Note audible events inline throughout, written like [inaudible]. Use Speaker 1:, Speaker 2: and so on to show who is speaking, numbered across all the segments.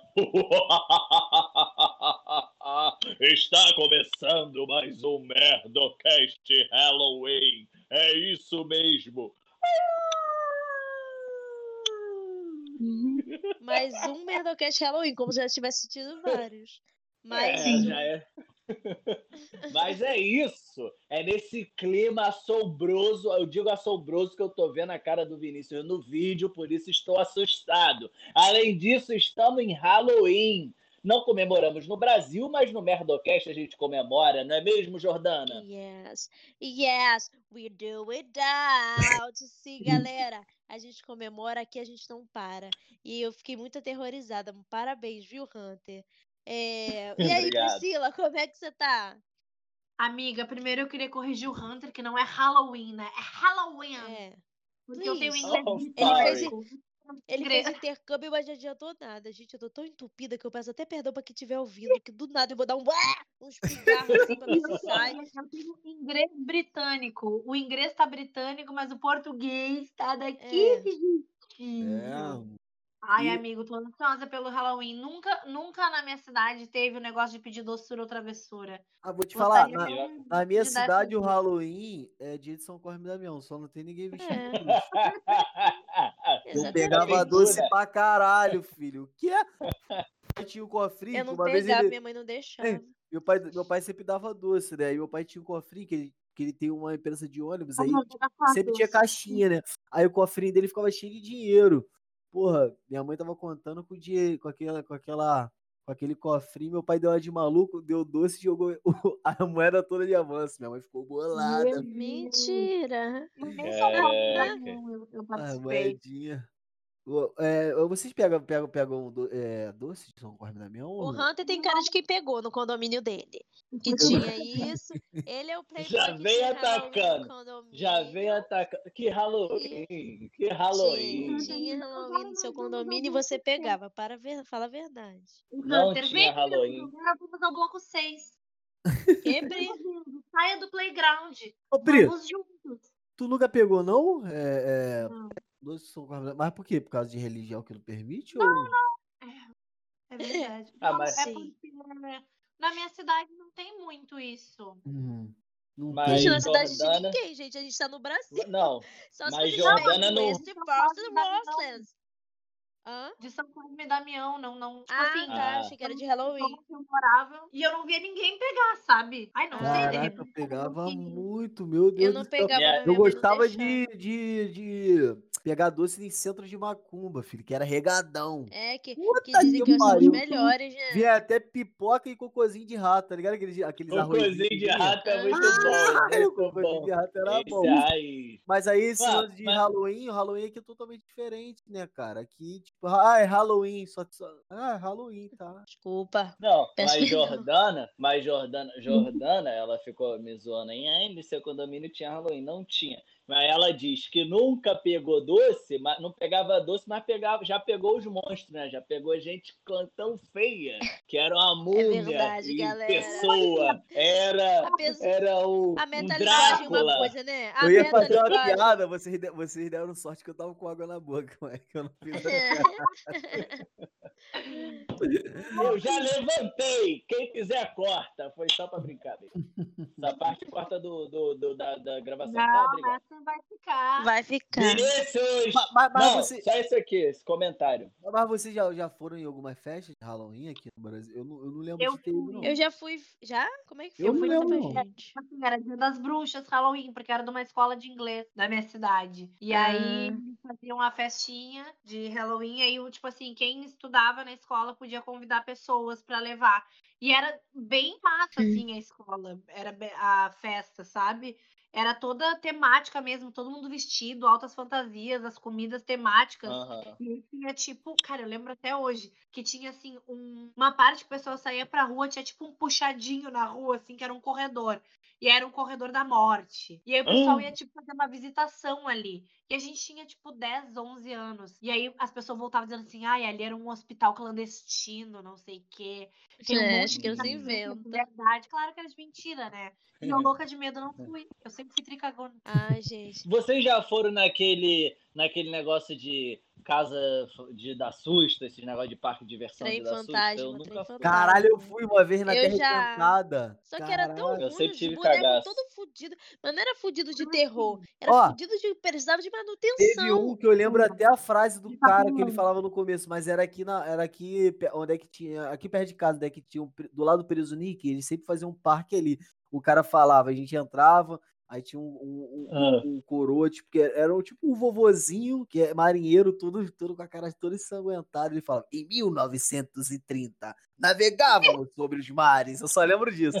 Speaker 1: [laughs] Está começando mais um Merdocast Halloween. É isso mesmo.
Speaker 2: Uhum. Mais um Merdocast Halloween, como se já tivesse tido vários. Mas
Speaker 1: É, já é. [laughs] Mas é isso. É nesse clima assombroso. Eu digo assombroso que eu tô vendo a cara do Vinícius no vídeo, por isso estou assustado. Além disso, estamos em Halloween. Não comemoramos no Brasil, mas no Merdocast a gente comemora, não é mesmo, Jordana?
Speaker 2: Yes, yes, we do it out. Sim, galera, a gente comemora aqui, a gente não para. E eu fiquei muito aterrorizada. Parabéns, viu, Hunter? É, E aí,
Speaker 1: Obrigado.
Speaker 2: Priscila, como é que você tá?
Speaker 3: Amiga, primeiro eu queria corrigir o Hunter, que não é Halloween, né? É Halloween.
Speaker 2: É,
Speaker 3: porque eu tenho
Speaker 2: please.
Speaker 3: inglês.
Speaker 1: Oh,
Speaker 3: muito
Speaker 1: sorry.
Speaker 3: bom.
Speaker 2: Ele
Speaker 3: Cre-
Speaker 2: fez intercâmbio, mas não adiantou nada. Gente, eu tô tão entupida que eu peço até perdão pra quem estiver ouvindo, que do nada eu vou dar um, ah! um espigarro assim pra
Speaker 3: [laughs]
Speaker 2: ver se sai.
Speaker 3: Eu tenho inglês britânico. O inglês tá britânico, mas o português tá daqui.
Speaker 2: É.
Speaker 3: gente.
Speaker 4: É,
Speaker 3: Ai,
Speaker 4: E-
Speaker 3: amigo, tô ansiosa pelo Halloween. Nunca, nunca na minha cidade teve o negócio de pedir doçura ou travessura.
Speaker 4: ah, vou te falar,
Speaker 3: Gostaria
Speaker 4: na,
Speaker 3: muito
Speaker 4: na minha
Speaker 3: de dar
Speaker 4: cidade o
Speaker 3: essa-
Speaker 4: Halloween é dia de São Corme e Damião, só não tem ninguém vestido.
Speaker 2: É.
Speaker 4: de bruxo. Eu [laughs]
Speaker 2: Exatamente.
Speaker 4: pegava
Speaker 1: Prefeitura.
Speaker 4: doce pra caralho, filho. O quê? Eu tinha um cofrinho,
Speaker 2: Eu
Speaker 4: que
Speaker 2: não
Speaker 4: uma vez
Speaker 2: pegava,
Speaker 4: ele,
Speaker 2: minha mãe não deixava.
Speaker 4: meu, pai, meu pai sempre dava doce, né? E meu pai tinha um cofrinho, que ele, que ele tem uma empresa de ônibus, aí
Speaker 3: Vamos jogar com a
Speaker 4: sempre tinha
Speaker 3: doce.
Speaker 4: caixinha, né? Aí o cofrinho dele ficava cheio de dinheiro. Porra, minha mãe tava contando com, o dinheiro, com aquela, com aquela, com aquele cofrinho. Meu pai deu uma de maluco, deu doce e jogou [laughs] o- a moeda toda de avanço. Minha mãe ficou bolada.
Speaker 3: Meu
Speaker 2: Mentira.
Speaker 3: Deus, nem
Speaker 1: É.
Speaker 3: São Paulo,
Speaker 2: é.
Speaker 1: Caraca.
Speaker 3: não, eu- eu
Speaker 4: A
Speaker 3: participei.
Speaker 4: moedinha. O- é, vocês pegam, pegam, pegam do- é, doce de São Corme da minha
Speaker 2: O Hunter tem cara de quem pegou no condomínio dele. Que tinha isso. Ele
Speaker 1: [laughs]
Speaker 2: é o playboy
Speaker 1: Já
Speaker 2: que
Speaker 1: vem
Speaker 2: tinha Halloween no
Speaker 1: atacando,
Speaker 2: condomínio.
Speaker 1: Já vem atacando. Que Halloween! Que Halloween!
Speaker 2: Tinha, tinha Halloween no seu condomínio e você pegava. Para ver, fala a verdade. [laughs]
Speaker 3: O
Speaker 1: Não
Speaker 3: Hunter,
Speaker 1: tinha
Speaker 3: vem aqui,
Speaker 1: Halloween.
Speaker 3: agora vamos ao bloco 6.
Speaker 2: Quebrei.
Speaker 3: Saia do playground.
Speaker 4: Ô, Pri,
Speaker 3: Vamos juntos.
Speaker 4: tu nunca pegou, não? É, é,
Speaker 3: Não.
Speaker 4: doce de São Corme da... Mas por quê? Por causa de religião que não permite? Não, ou... não.
Speaker 3: É verdade.
Speaker 1: Ah,
Speaker 3: Não,
Speaker 1: mas-
Speaker 3: é
Speaker 2: Sim.
Speaker 3: porque é, na minha cidade não tem muito isso.
Speaker 4: Uhum. não
Speaker 1: Mas-
Speaker 4: tem.
Speaker 2: Gente, na cidade de
Speaker 1: Jordana-
Speaker 2: ninguém, gente. A gente tá no Brasil.
Speaker 1: Não,
Speaker 2: Só se
Speaker 1: mas
Speaker 2: você
Speaker 1: Jordana não-
Speaker 2: West Boston Rosslands. Hã?
Speaker 3: De São Cosme e Damião, não, não. Tipo
Speaker 2: Ah,
Speaker 3: assim,
Speaker 2: tá.
Speaker 1: Ah.
Speaker 2: Achei que era de
Speaker 3: eu
Speaker 2: Halloween.
Speaker 3: não- eu morava e eu não via ninguém pegar, sabe?
Speaker 2: é,
Speaker 3: Ai, não sei, de
Speaker 4: Ah, Caraca,
Speaker 3: repente.
Speaker 4: eu pegava
Speaker 3: pouquinho.
Speaker 4: muito, meu Deus
Speaker 2: Eu não
Speaker 4: do céu.
Speaker 2: pegava.
Speaker 1: Eu
Speaker 2: mas minha mãe
Speaker 4: Eu
Speaker 2: não
Speaker 4: gostava
Speaker 2: deixava.
Speaker 4: de, de, de pegar doce em centro de macumba, filho, que era regadão.
Speaker 2: É, que,
Speaker 4: Puta
Speaker 2: que dizem que são os
Speaker 4: pariu.
Speaker 2: melhores, né?
Speaker 4: Vinha até pipoca e cocôzinho de rato, tá ligado? Aqueles, aqueles
Speaker 1: o cozinho de
Speaker 4: [laughs]
Speaker 1: rato é muito
Speaker 4: Ah, o
Speaker 1: bom. Muito
Speaker 4: cocôzinho
Speaker 1: bom.
Speaker 4: de rato era bom.
Speaker 1: Esse aí.
Speaker 4: Mas aí esse
Speaker 1: Ah,
Speaker 4: lance de
Speaker 1: mas-
Speaker 4: Halloween, o Halloween aqui é totalmente diferente, né, cara? Aqui, tipo, ah, é Halloween, só, só ah, é Halloween, tá?
Speaker 2: Desculpa.
Speaker 1: Não,
Speaker 2: Peço
Speaker 1: mas
Speaker 2: perdão.
Speaker 1: Jordana, mas Jordana,
Speaker 2: Uhum.
Speaker 1: Jordana, ela ficou me zoando em "Ai, no seu condomínio tinha Halloween, não tinha. Mas ela diz que nunca pegou doce, mas não pegava doce, mas pegava, já pegou os monstros, né? Já pegou gente clã- tão feia que era uma múmia
Speaker 2: É verdade,
Speaker 1: e
Speaker 2: galera.
Speaker 1: pessoa era
Speaker 3: É,
Speaker 2: A, pes-
Speaker 1: era o
Speaker 2: a
Speaker 1: um
Speaker 2: mentalidade é uma
Speaker 1: Drácula.
Speaker 2: coisa, né? A
Speaker 4: eu ia fazer uma
Speaker 2: mentalidade-
Speaker 4: piada, vocês, de- vocês deram sorte que eu tava com água na boca, [laughs] mas que eu não
Speaker 1: [laughs]
Speaker 4: fiz nada.
Speaker 1: Eu já levantei. Quem quiser, corta. Foi só pra brincar. mesmo. Essa parte corta do, do- do- da, da gravação. tá?
Speaker 3: Não,
Speaker 1: Obrigado.
Speaker 3: essa vai ficar.
Speaker 2: [laughs] Vai ficar.
Speaker 1: Vinícius!
Speaker 4: Ma- ma- mas
Speaker 1: Não,
Speaker 4: você-
Speaker 1: só isso aqui, esse comentário.
Speaker 4: Mas vocês já, já foram em alguma festa de Halloween aqui no Brasil? Eu não, eu não lembro
Speaker 3: Eu
Speaker 4: de ter ido,
Speaker 3: fui.
Speaker 4: não.
Speaker 2: Eu já fui. Já? Como é que foi?
Speaker 4: Eu
Speaker 3: não
Speaker 2: Conta pra
Speaker 4: lembro,
Speaker 3: não.
Speaker 2: gente.
Speaker 3: Tipo assim, era dia das bruxas, Halloween, porque era de uma escola de inglês da minha cidade. E aí
Speaker 2: Ah.
Speaker 3: eles faziam uma festinha de Halloween, aí, o- tipo assim, quem estudava na escola podia convidar pessoas pra levar. E era bem massa, assim, a escola, era be- a festa, sabe? Era toda temática mesmo, todo mundo vestido, altas fantasias, as comidas
Speaker 2: Tá.
Speaker 3: temáticas.
Speaker 1: Aham.
Speaker 3: E aí tinha tipo, cara, eu lembro até hoje que tinha assim um- uma parte que o pessoal saía pra rua, tinha tipo um puxadinho na rua, assim, que era um corredor. E era um corredor da morte. E aí o pessoal
Speaker 1: Ah.
Speaker 3: ia, tipo, fazer uma visitação ali. E a gente tinha, tipo, 10, 11 anos. E aí as pessoas voltavam dizendo assim, ai, ali era um hospital clandestino, não sei o quê. Tem um
Speaker 2: É,
Speaker 3: monte
Speaker 2: acho
Speaker 3: de
Speaker 2: que eu
Speaker 1: se
Speaker 3: coisa que não é
Speaker 2: invento.
Speaker 3: Verdade, claro que era de mentira, né? E eu louca de medo não fui. Eu fui tricagona.
Speaker 2: Ai, gente.
Speaker 1: Vocês já foram naquele, naquele negócio de casa de, da Susta, esse negócio de parque de diversão
Speaker 2: Trem
Speaker 1: de da Susta?
Speaker 2: fantasma,
Speaker 1: Eu
Speaker 2: trem
Speaker 1: nunca fui.
Speaker 2: fantasma.
Speaker 4: Caralho, eu fui uma vez na
Speaker 2: Eu
Speaker 4: Terra
Speaker 2: já-
Speaker 4: Encantada.
Speaker 2: Só que era tão
Speaker 4: Caralho.
Speaker 1: Eu
Speaker 2: ruim,
Speaker 1: sempre
Speaker 2: os
Speaker 1: tive
Speaker 2: bonecos
Speaker 1: cagaço.
Speaker 2: todo fudido. Mas não era fudido de terror. Era
Speaker 4: Ó.
Speaker 2: fudido de. Precisava de
Speaker 4: Teve
Speaker 2: manutenção.
Speaker 4: um que eu
Speaker 2: Hum.
Speaker 4: lembro até a frase do
Speaker 3: Ele tá
Speaker 4: cara que ele
Speaker 3: falando.
Speaker 4: falava no começo, mas era aqui na, era aqui pe- onde é que tinha, aqui perto de casa, onde é que tinha um pre- do lado do Peruzunique, eles sempre faziam um parque ali. O cara falava, a gente entrava, aí tinha um, um, um-
Speaker 1: Ah.
Speaker 4: um coroa, tipo, que era um tipo um vovozinho, que é marinheiro, todo, todo com a cara toda ensanguentada, ele falava: "Em 1930, navegávamos sobre os mares". Eu só lembro
Speaker 2: [laughs]
Speaker 4: disso.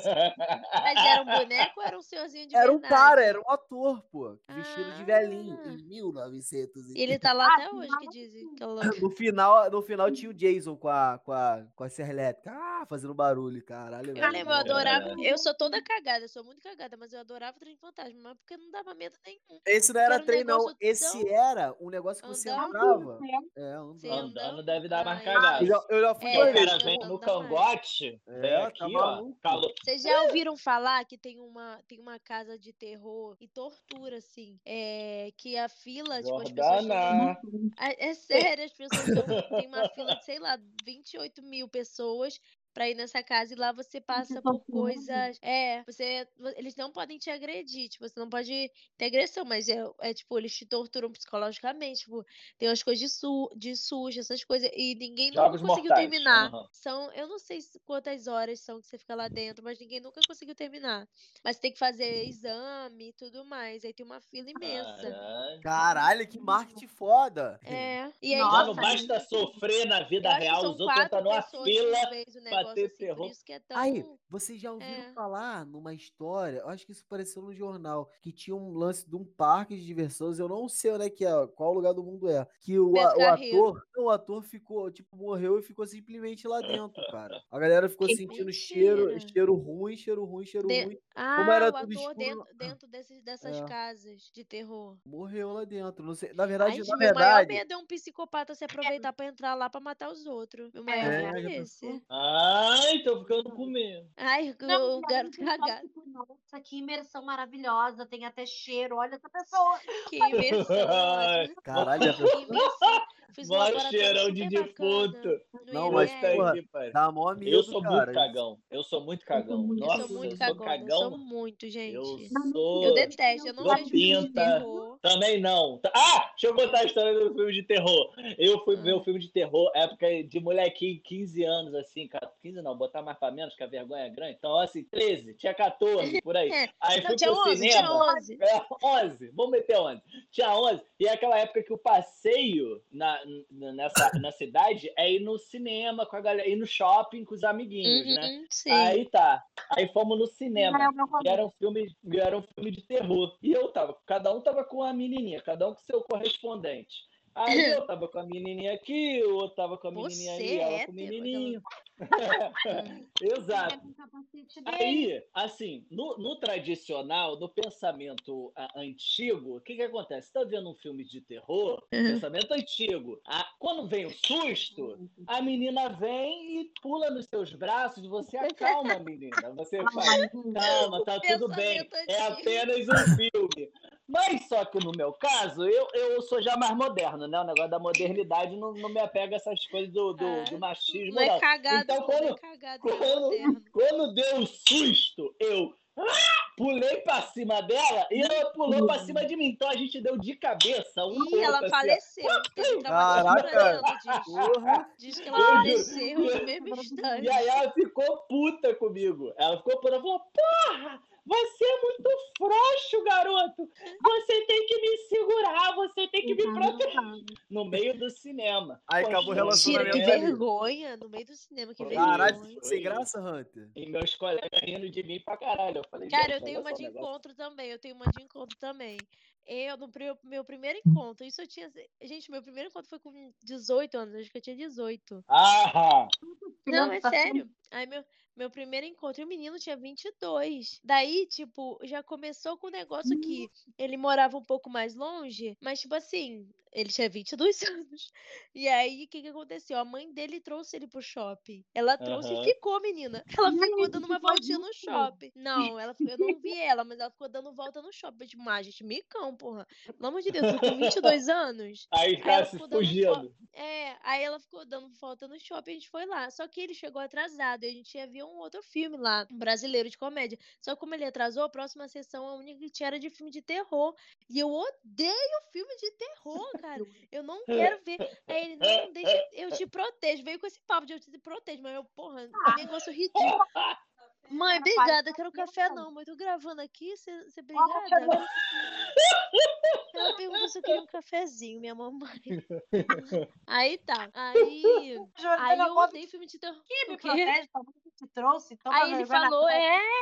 Speaker 2: Mas era um boneco ou era um senhorzinho de
Speaker 4: Era um
Speaker 2: verdade?
Speaker 4: cara, era um ator, pô, vestido de velhinho.
Speaker 2: Ah.
Speaker 4: Em 1930.
Speaker 2: E ele tá lá
Speaker 3: Ah,
Speaker 2: até hoje que
Speaker 3: não.
Speaker 2: dizem. que é o louco.
Speaker 4: [laughs] No final, no final tinha o Jason com a, com a, com a serra elétrica. Ah, fazendo barulho, caralho.
Speaker 2: Eu
Speaker 4: velho.
Speaker 2: lembro, eu
Speaker 1: Caralho.
Speaker 2: adorava. Eu sou toda cagada, eu sou muito cagada, mas eu adorava o trem fantasma, mas porque não dava medo nenhum.
Speaker 4: Esse não era,
Speaker 2: Era um
Speaker 4: trem, não.
Speaker 2: negócio
Speaker 4: Esse
Speaker 2: tão-
Speaker 4: era um negócio que você
Speaker 2: Andava.
Speaker 4: andava. É, andava.
Speaker 2: Você andava.
Speaker 1: Andando deve dar mais
Speaker 2: Ai,
Speaker 1: cagaço.
Speaker 4: Eu já, eu já fui
Speaker 2: É,
Speaker 1: Porque o
Speaker 4: dois.
Speaker 1: cara
Speaker 2: eu
Speaker 1: vem
Speaker 2: não
Speaker 1: no
Speaker 2: dá mais.
Speaker 1: cangote,
Speaker 4: É,
Speaker 1: vem
Speaker 4: tá
Speaker 1: aqui, ó,
Speaker 4: maluco.
Speaker 1: calor.
Speaker 2: Vocês já ouviram falar que tem uma, tem uma casa de terror e tortura, assim, é, que a fila, tipo, as pessoas... ficam-
Speaker 1: Jordana.
Speaker 2: Ah,
Speaker 1: [laughs]
Speaker 2: É sério, as pessoas estão. Tem uma fila de, sei lá, 28 mil pessoas pra ir nessa casa e lá você passa por
Speaker 3: passando.
Speaker 2: coisas. É, você. vo- Eles não podem te agredir, tipo, você não pode ter agressão, mas é, é tipo, eles te torturam psicologicamente, tipo, tem umas coisas de, su de sujo, essas coisas. E ninguém
Speaker 1: Jogos
Speaker 2: nunca conseguiu
Speaker 1: mortais,
Speaker 2: terminar.
Speaker 1: aham.
Speaker 2: São, eu não sei se- quantas horas são que você fica lá dentro, mas ninguém nunca conseguiu terminar. Mas tem que fazer exame e tudo mais. Aí tem uma fila imensa.
Speaker 1: Caralho.
Speaker 4: Caralho, que marketing foda.
Speaker 2: É. E aí
Speaker 1: Já não
Speaker 3: Nossa,
Speaker 1: basta sofrer na
Speaker 2: eu
Speaker 1: vida
Speaker 2: acho que
Speaker 1: real,
Speaker 2: são
Speaker 1: os outros
Speaker 2: quatro
Speaker 1: entram numa
Speaker 2: pessoas por
Speaker 1: fila.
Speaker 2: vez o
Speaker 1: pra
Speaker 2: negócio,
Speaker 1: ter
Speaker 2: assim, por
Speaker 1: terror.
Speaker 2: isso que é
Speaker 4: Aí,
Speaker 2: tão-
Speaker 4: vocês já ouviram
Speaker 2: É.
Speaker 4: falar numa história, eu acho que isso apareceu no jornal, que tinha um lance de um parque de diversões, eu não sei onde é que é, qual lugar do mundo é, que o, a-
Speaker 2: Beto
Speaker 4: o
Speaker 2: Carreiro.
Speaker 4: ator, não, o ator ficou, tipo, morreu e ficou simplesmente lá dentro, cara. A galera ficou
Speaker 3: Que
Speaker 4: sentindo cheiro,
Speaker 2: mentira.
Speaker 4: cheiro ruim, cheiro ruim, cheiro
Speaker 2: De-
Speaker 4: ruim,
Speaker 2: Ah,
Speaker 4: era
Speaker 2: o
Speaker 4: tudo
Speaker 2: ator
Speaker 4: escuro, né?
Speaker 2: dentro, dentro desses, dessas
Speaker 4: É.
Speaker 2: casas de terror.
Speaker 4: morreu lá dentro, não sei, na
Speaker 2: Ai,
Speaker 4: verdade,
Speaker 2: gente,
Speaker 4: na
Speaker 2: meu maior
Speaker 4: verdade,
Speaker 2: medo é um psicopata se aproveitar pra entrar lá pra matar os outros. Meu maior
Speaker 4: É,
Speaker 2: medo
Speaker 4: já
Speaker 2: é
Speaker 4: pensou?
Speaker 2: esse.
Speaker 1: Ai, tô ficando com medo.
Speaker 2: Ai,
Speaker 3: Não,
Speaker 2: o
Speaker 3: e aí
Speaker 2: garoto
Speaker 3: você fala,
Speaker 2: cagado.
Speaker 3: tipo, Nossa, que imersão maravilhosa, tem até cheiro, olha essa pessoa.
Speaker 2: Que imersão.
Speaker 1: Ai,
Speaker 2: ótimo.
Speaker 4: caralho, já pensou?
Speaker 2: Que imersão. Fiz um
Speaker 1: Bora
Speaker 2: laboratório
Speaker 1: cheirão de
Speaker 2: super bacana
Speaker 1: defunto.
Speaker 2: no
Speaker 4: Não,
Speaker 1: Mas
Speaker 4: mas,
Speaker 2: IML.
Speaker 1: tá
Speaker 4: porra,
Speaker 1: aqui, pai.
Speaker 4: dá mó medo,
Speaker 1: [laughs] Eu sou
Speaker 4: cara.
Speaker 1: muito cagão. Eu sou muito cagão.
Speaker 3: muito-
Speaker 2: Eu
Speaker 1: Nossa,
Speaker 2: sou muito
Speaker 1: eu sou
Speaker 2: cagona, eu sou
Speaker 1: cagão.
Speaker 2: muito, gente.
Speaker 1: Eu
Speaker 2: Eu
Speaker 1: sou.
Speaker 2: detesto, eu não
Speaker 1: Sou
Speaker 2: vejo filme de
Speaker 1: pinta.
Speaker 2: terror.
Speaker 1: Também não. Tá- Ah, deixa eu contar a história do filme de terror. Eu
Speaker 2: Ah.
Speaker 1: fui ver o filme de terror, época de molequinho, 15 anos, assim, cara. 15 não, botar mais pra menos, que a vergonha é grande. Então, assim, 13, tinha 14,
Speaker 2: [laughs]
Speaker 1: por aí.
Speaker 2: É,
Speaker 1: Aí
Speaker 2: Não,
Speaker 1: fui
Speaker 2: tinha
Speaker 1: pro
Speaker 2: 11,
Speaker 1: cinema.
Speaker 2: tinha 11.
Speaker 1: É, 11, vamos meter 11. Tinha 11, e é aquela época que o passeio na, n- nessa, na cidade é ir no cinema com a galera, ir no shopping com os amiguinhos, né?
Speaker 2: Uhum, sim.
Speaker 1: Aí tá. Aí fomos no cinema.
Speaker 3: Era É o meu
Speaker 1: E
Speaker 3: rolê.
Speaker 1: era um filme, e era um filme de terror. E eu tava, cada um tava com a menininha, cada um com seu correspondente. Aí eu tava com a menininha aqui, o outro tava com a
Speaker 2: Você
Speaker 1: menininha ali, ela
Speaker 2: é
Speaker 1: com o
Speaker 2: hétero,
Speaker 1: menininho.
Speaker 2: [laughs] Hum.
Speaker 1: [laughs] Exato. É
Speaker 3: Pega o um capacete dele.
Speaker 2: É
Speaker 1: Aí, assim, no, no tradicional, no pensamento ah, antigo, o que que acontece? Você tá vendo um filme de terror,
Speaker 2: Hum.
Speaker 1: pensamento antigo. Ah, quando vem o susto, a menina vem e pula nos seus braços, você acalma a menina.
Speaker 2: [laughs]
Speaker 1: Você faz, calma, tá tudo bem,
Speaker 2: Pensamento
Speaker 1: é
Speaker 2: antigo.
Speaker 1: apenas um filme. Mas só que no meu caso, eu, eu sou já mais moderno, né? O negócio da modernidade não, não me apega a essas coisas do, do,
Speaker 2: Ah,
Speaker 1: do machismo,
Speaker 2: Não é
Speaker 1: não.
Speaker 2: cagado,
Speaker 1: Então,
Speaker 2: não é
Speaker 1: quando-
Speaker 2: cagado, não é
Speaker 1: Quando,
Speaker 2: moderno.
Speaker 1: quando deu um susto, eu ah, pulei pra cima dela e ela pulou pra cima de mim. Então a gente deu de cabeça. Um
Speaker 2: Ih, ela faleceu. Teve traumatismo craniano,
Speaker 4: Caraca.
Speaker 2: [laughs]
Speaker 4: Porra,
Speaker 2: diz. Diz que ela
Speaker 1: Eu
Speaker 2: faleceu no mesmo
Speaker 1: E aí
Speaker 2: instante.
Speaker 1: ela ficou puta comigo. Ela ficou puta. Ela falou, porra, você é muito frouxo, garoto. Você tem que me segurar, você tem que
Speaker 3: tá
Speaker 1: me proteger. No meio do cinema.
Speaker 4: Uhum. Aí acabou o
Speaker 2: Mentira, que
Speaker 4: relacionamento ali.
Speaker 2: vergonha. No meio do cinema, que vergonha.
Speaker 4: caralho, sem graça, Hunter.
Speaker 1: E meus colegas rindo de mim pra caralho. Eu falei,
Speaker 2: Cara,
Speaker 1: "Gente,
Speaker 2: eu tenho
Speaker 1: olha
Speaker 2: uma
Speaker 1: só
Speaker 2: de
Speaker 1: o negócio".
Speaker 2: encontro também. Eu tenho uma de encontro também. Eu, no pri- meu primeiro encontro, isso eu tinha. Gente, meu primeiro encontro foi com 18 anos, acho que eu tinha 18.
Speaker 1: Ah,
Speaker 3: tá
Speaker 2: Não, é sério. Aí meu, Meu primeiro encontro, e o menino tinha 22. Daí, tipo, já começou com o negócio que ele morava um pouco mais longe, mas, tipo assim, ele tinha 22 [laughs] anos. E aí, o que, que aconteceu? A mãe dele trouxe ele pro shopping. Ela trouxe
Speaker 1: Aham.
Speaker 2: e ficou, menina. [laughs] Ela ficou dando uma
Speaker 3: que
Speaker 2: voltinha no shopping. Não, ela, eu não vi ela, mas ela ficou dando volta no shopping. Eu digo, ah, gente, micão, porra. Pelo amor de Deus, eu tenho 22 anos.
Speaker 1: Aí
Speaker 2: ela
Speaker 1: cara se
Speaker 2: ficou dando
Speaker 1: fugindo.
Speaker 2: É, aí ela ficou dando volta no shopping, a gente foi lá. Só que ele chegou atrasado, e a gente ia ver um outro filme lá, um brasileiro de comédia. Só que como ele atrasou, a próxima sessão é a única que tinha era de filme de terror. E eu odeio filme de terror, cara. Eu não quero ver. Aí ele, não, deixa, eu te protejo. Veio com esse papo de eu te protejo, mas eu, porra, é um negócio ridículo. Mãe,
Speaker 3: Rapaz,
Speaker 2: obrigada, quero
Speaker 3: não.
Speaker 2: café não, mãe. Tô gravando aqui, você é obrigada? Ela perguntou se eu queria um cafezinho, minha mamãe. Aí tá. Aí. Aí eu odeio filme de terror.
Speaker 3: que me
Speaker 2: o quê?
Speaker 3: protege, tua mãe que te trouxe. Toma
Speaker 2: Aí ele
Speaker 3: vergonha na
Speaker 2: falou,
Speaker 3: cara.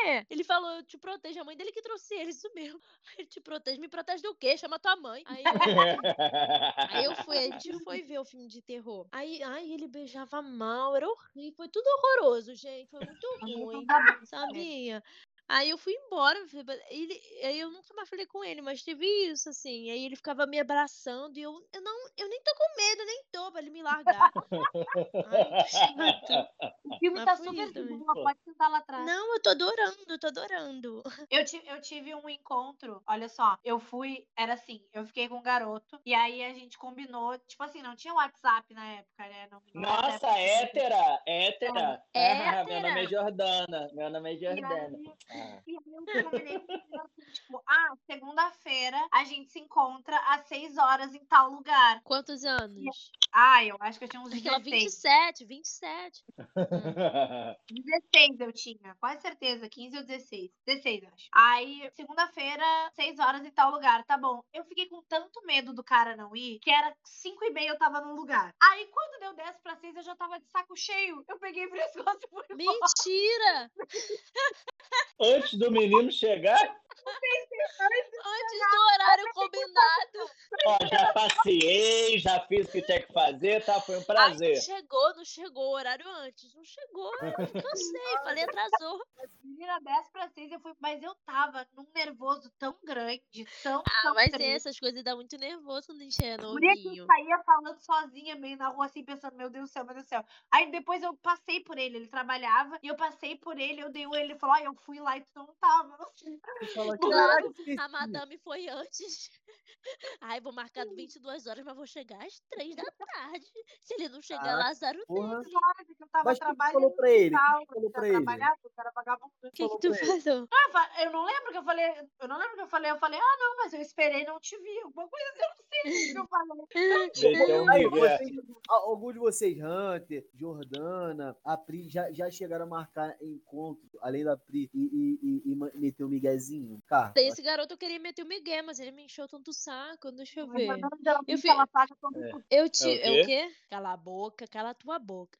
Speaker 2: é. Ele falou, eu te protejo. A mãe dele que trouxe ele, isso mesmo. [laughs] Aí ele te protege, me protege do quê? Chama tua mãe. Aí eu, aí eu fui, a gente foi ver o filme de terror. Aí, ai, ele beijava mal, era horrível. Foi tudo horroroso, gente. Foi muito
Speaker 3: Tá
Speaker 2: ruim.
Speaker 3: então
Speaker 2: Sabia? Aí eu fui embora, fui ba- ele, aí eu nunca mais falei com ele, mas teve isso, assim. Aí ele ficava me abraçando e eu, eu não, eu nem tô com medo, nem tô pra ele me largar. Ai, que [laughs] chato.
Speaker 3: O filme
Speaker 2: Mas
Speaker 3: tá
Speaker 2: foi
Speaker 3: super
Speaker 2: isso também.
Speaker 3: de boa, pode sentar lá atrás.
Speaker 2: Não, eu tô adorando, eu tô adorando.
Speaker 3: Eu, ti- eu tive um encontro, olha só, eu fui, era assim, eu fiquei com um garoto, e aí a gente combinou, tipo assim, não tinha WhatsApp na época, né? Não, não era
Speaker 1: [laughs] Nossa,
Speaker 3: época de-
Speaker 1: hétera, hétera. Ah, meu
Speaker 2: Hétera.
Speaker 1: nome é Jordana. Meu nome é
Speaker 3: E aí, é.
Speaker 1: Jordana. [laughs] Ah.
Speaker 3: E aí eu combinei com ele, assim, tipo, ah, segunda-feira a gente se encontra às 6 horas em tal lugar.
Speaker 2: Quantos anos?
Speaker 3: Ah, eu acho que eu tinha uns
Speaker 2: Aquela
Speaker 3: 16.
Speaker 2: 27, 27.
Speaker 3: 16 eu tinha, quase certeza, 15 ou 16. 16, eu acho. Aí, segunda-feira, 6 horas em tal lugar, tá bom. Eu fiquei com tanto medo do cara não ir, que era 5 e meia eu tava num lugar. Aí, quando deu 10 pra 6, eu já tava de saco cheio. Eu peguei o pescoço e fui embora.
Speaker 2: Mentira!
Speaker 1: Antes do menino chegar,
Speaker 2: Antes do horário combinado.
Speaker 1: ó, já passeei, já fiz o que tinha que fazer, tá? Foi um
Speaker 2: Ai,
Speaker 1: prazer.
Speaker 2: não chegou, não chegou o horário antes. Não chegou, ai, cansei, falei atrasou.
Speaker 3: Menina, 10 pra 6, eu fui... Mas eu tava num nervoso tão grande, tão,
Speaker 2: Ah,
Speaker 3: tão
Speaker 2: mas é,
Speaker 3: grande.
Speaker 2: essas coisas dá muito nervoso quando a gente é
Speaker 3: Por isso que
Speaker 2: novinho.
Speaker 3: eu saía falando sozinha, meio na rua, assim, pensando, meu Deus do céu, meu Deus do céu. Aí depois eu passei por ele, ele trabalhava, e eu passei por ele, eu dei o ele, ele falou, ah, eu fui lá e tu não tava. eu não sei.
Speaker 4: Fala,
Speaker 2: Claro,
Speaker 4: "Caraca, esqueci."
Speaker 2: A madame foi antes. [laughs] Ai, vou marcar 22 horas, mas vou chegar às 3 da tarde. Se ele não chegar lá, zero
Speaker 4: Porra.
Speaker 3: Claro que eu tava
Speaker 4: Mas quem que
Speaker 3: trabalhando.
Speaker 4: falou pra ele?
Speaker 3: tal,
Speaker 4: Quem que falou
Speaker 3: eu
Speaker 4: pra ele?
Speaker 3: trabalhava, eu era vagabundo.
Speaker 2: O que, que
Speaker 4: falou
Speaker 2: tu
Speaker 4: pra ele.
Speaker 2: falou?
Speaker 3: Ah, fa- eu não lembro que eu falei, eu não lembro que eu falei, eu falei, ah, não, mas eu esperei, não te vi, alguma coisa assim, eu não sei o que eu
Speaker 4: [laughs]
Speaker 3: falei.
Speaker 1: Meteu um
Speaker 4: Aí,
Speaker 1: migué.
Speaker 4: vocês- a- algum de vocês, Hunter, Jordana, a Pri, já, já chegaram a marcar encontro, além da Pri, e, e, e, e ma- meter um miguezinho? Cara,
Speaker 2: Daí esse garoto eu queria meter o Miguel, mas ele me encheu tanto o saco. Deixa eu ver.
Speaker 3: Eu
Speaker 2: fi-
Speaker 3: pela placa, todo
Speaker 1: É.
Speaker 3: mundo
Speaker 2: Eu te.
Speaker 1: É o
Speaker 2: É o quê? Cala a boca, cala a tua boca.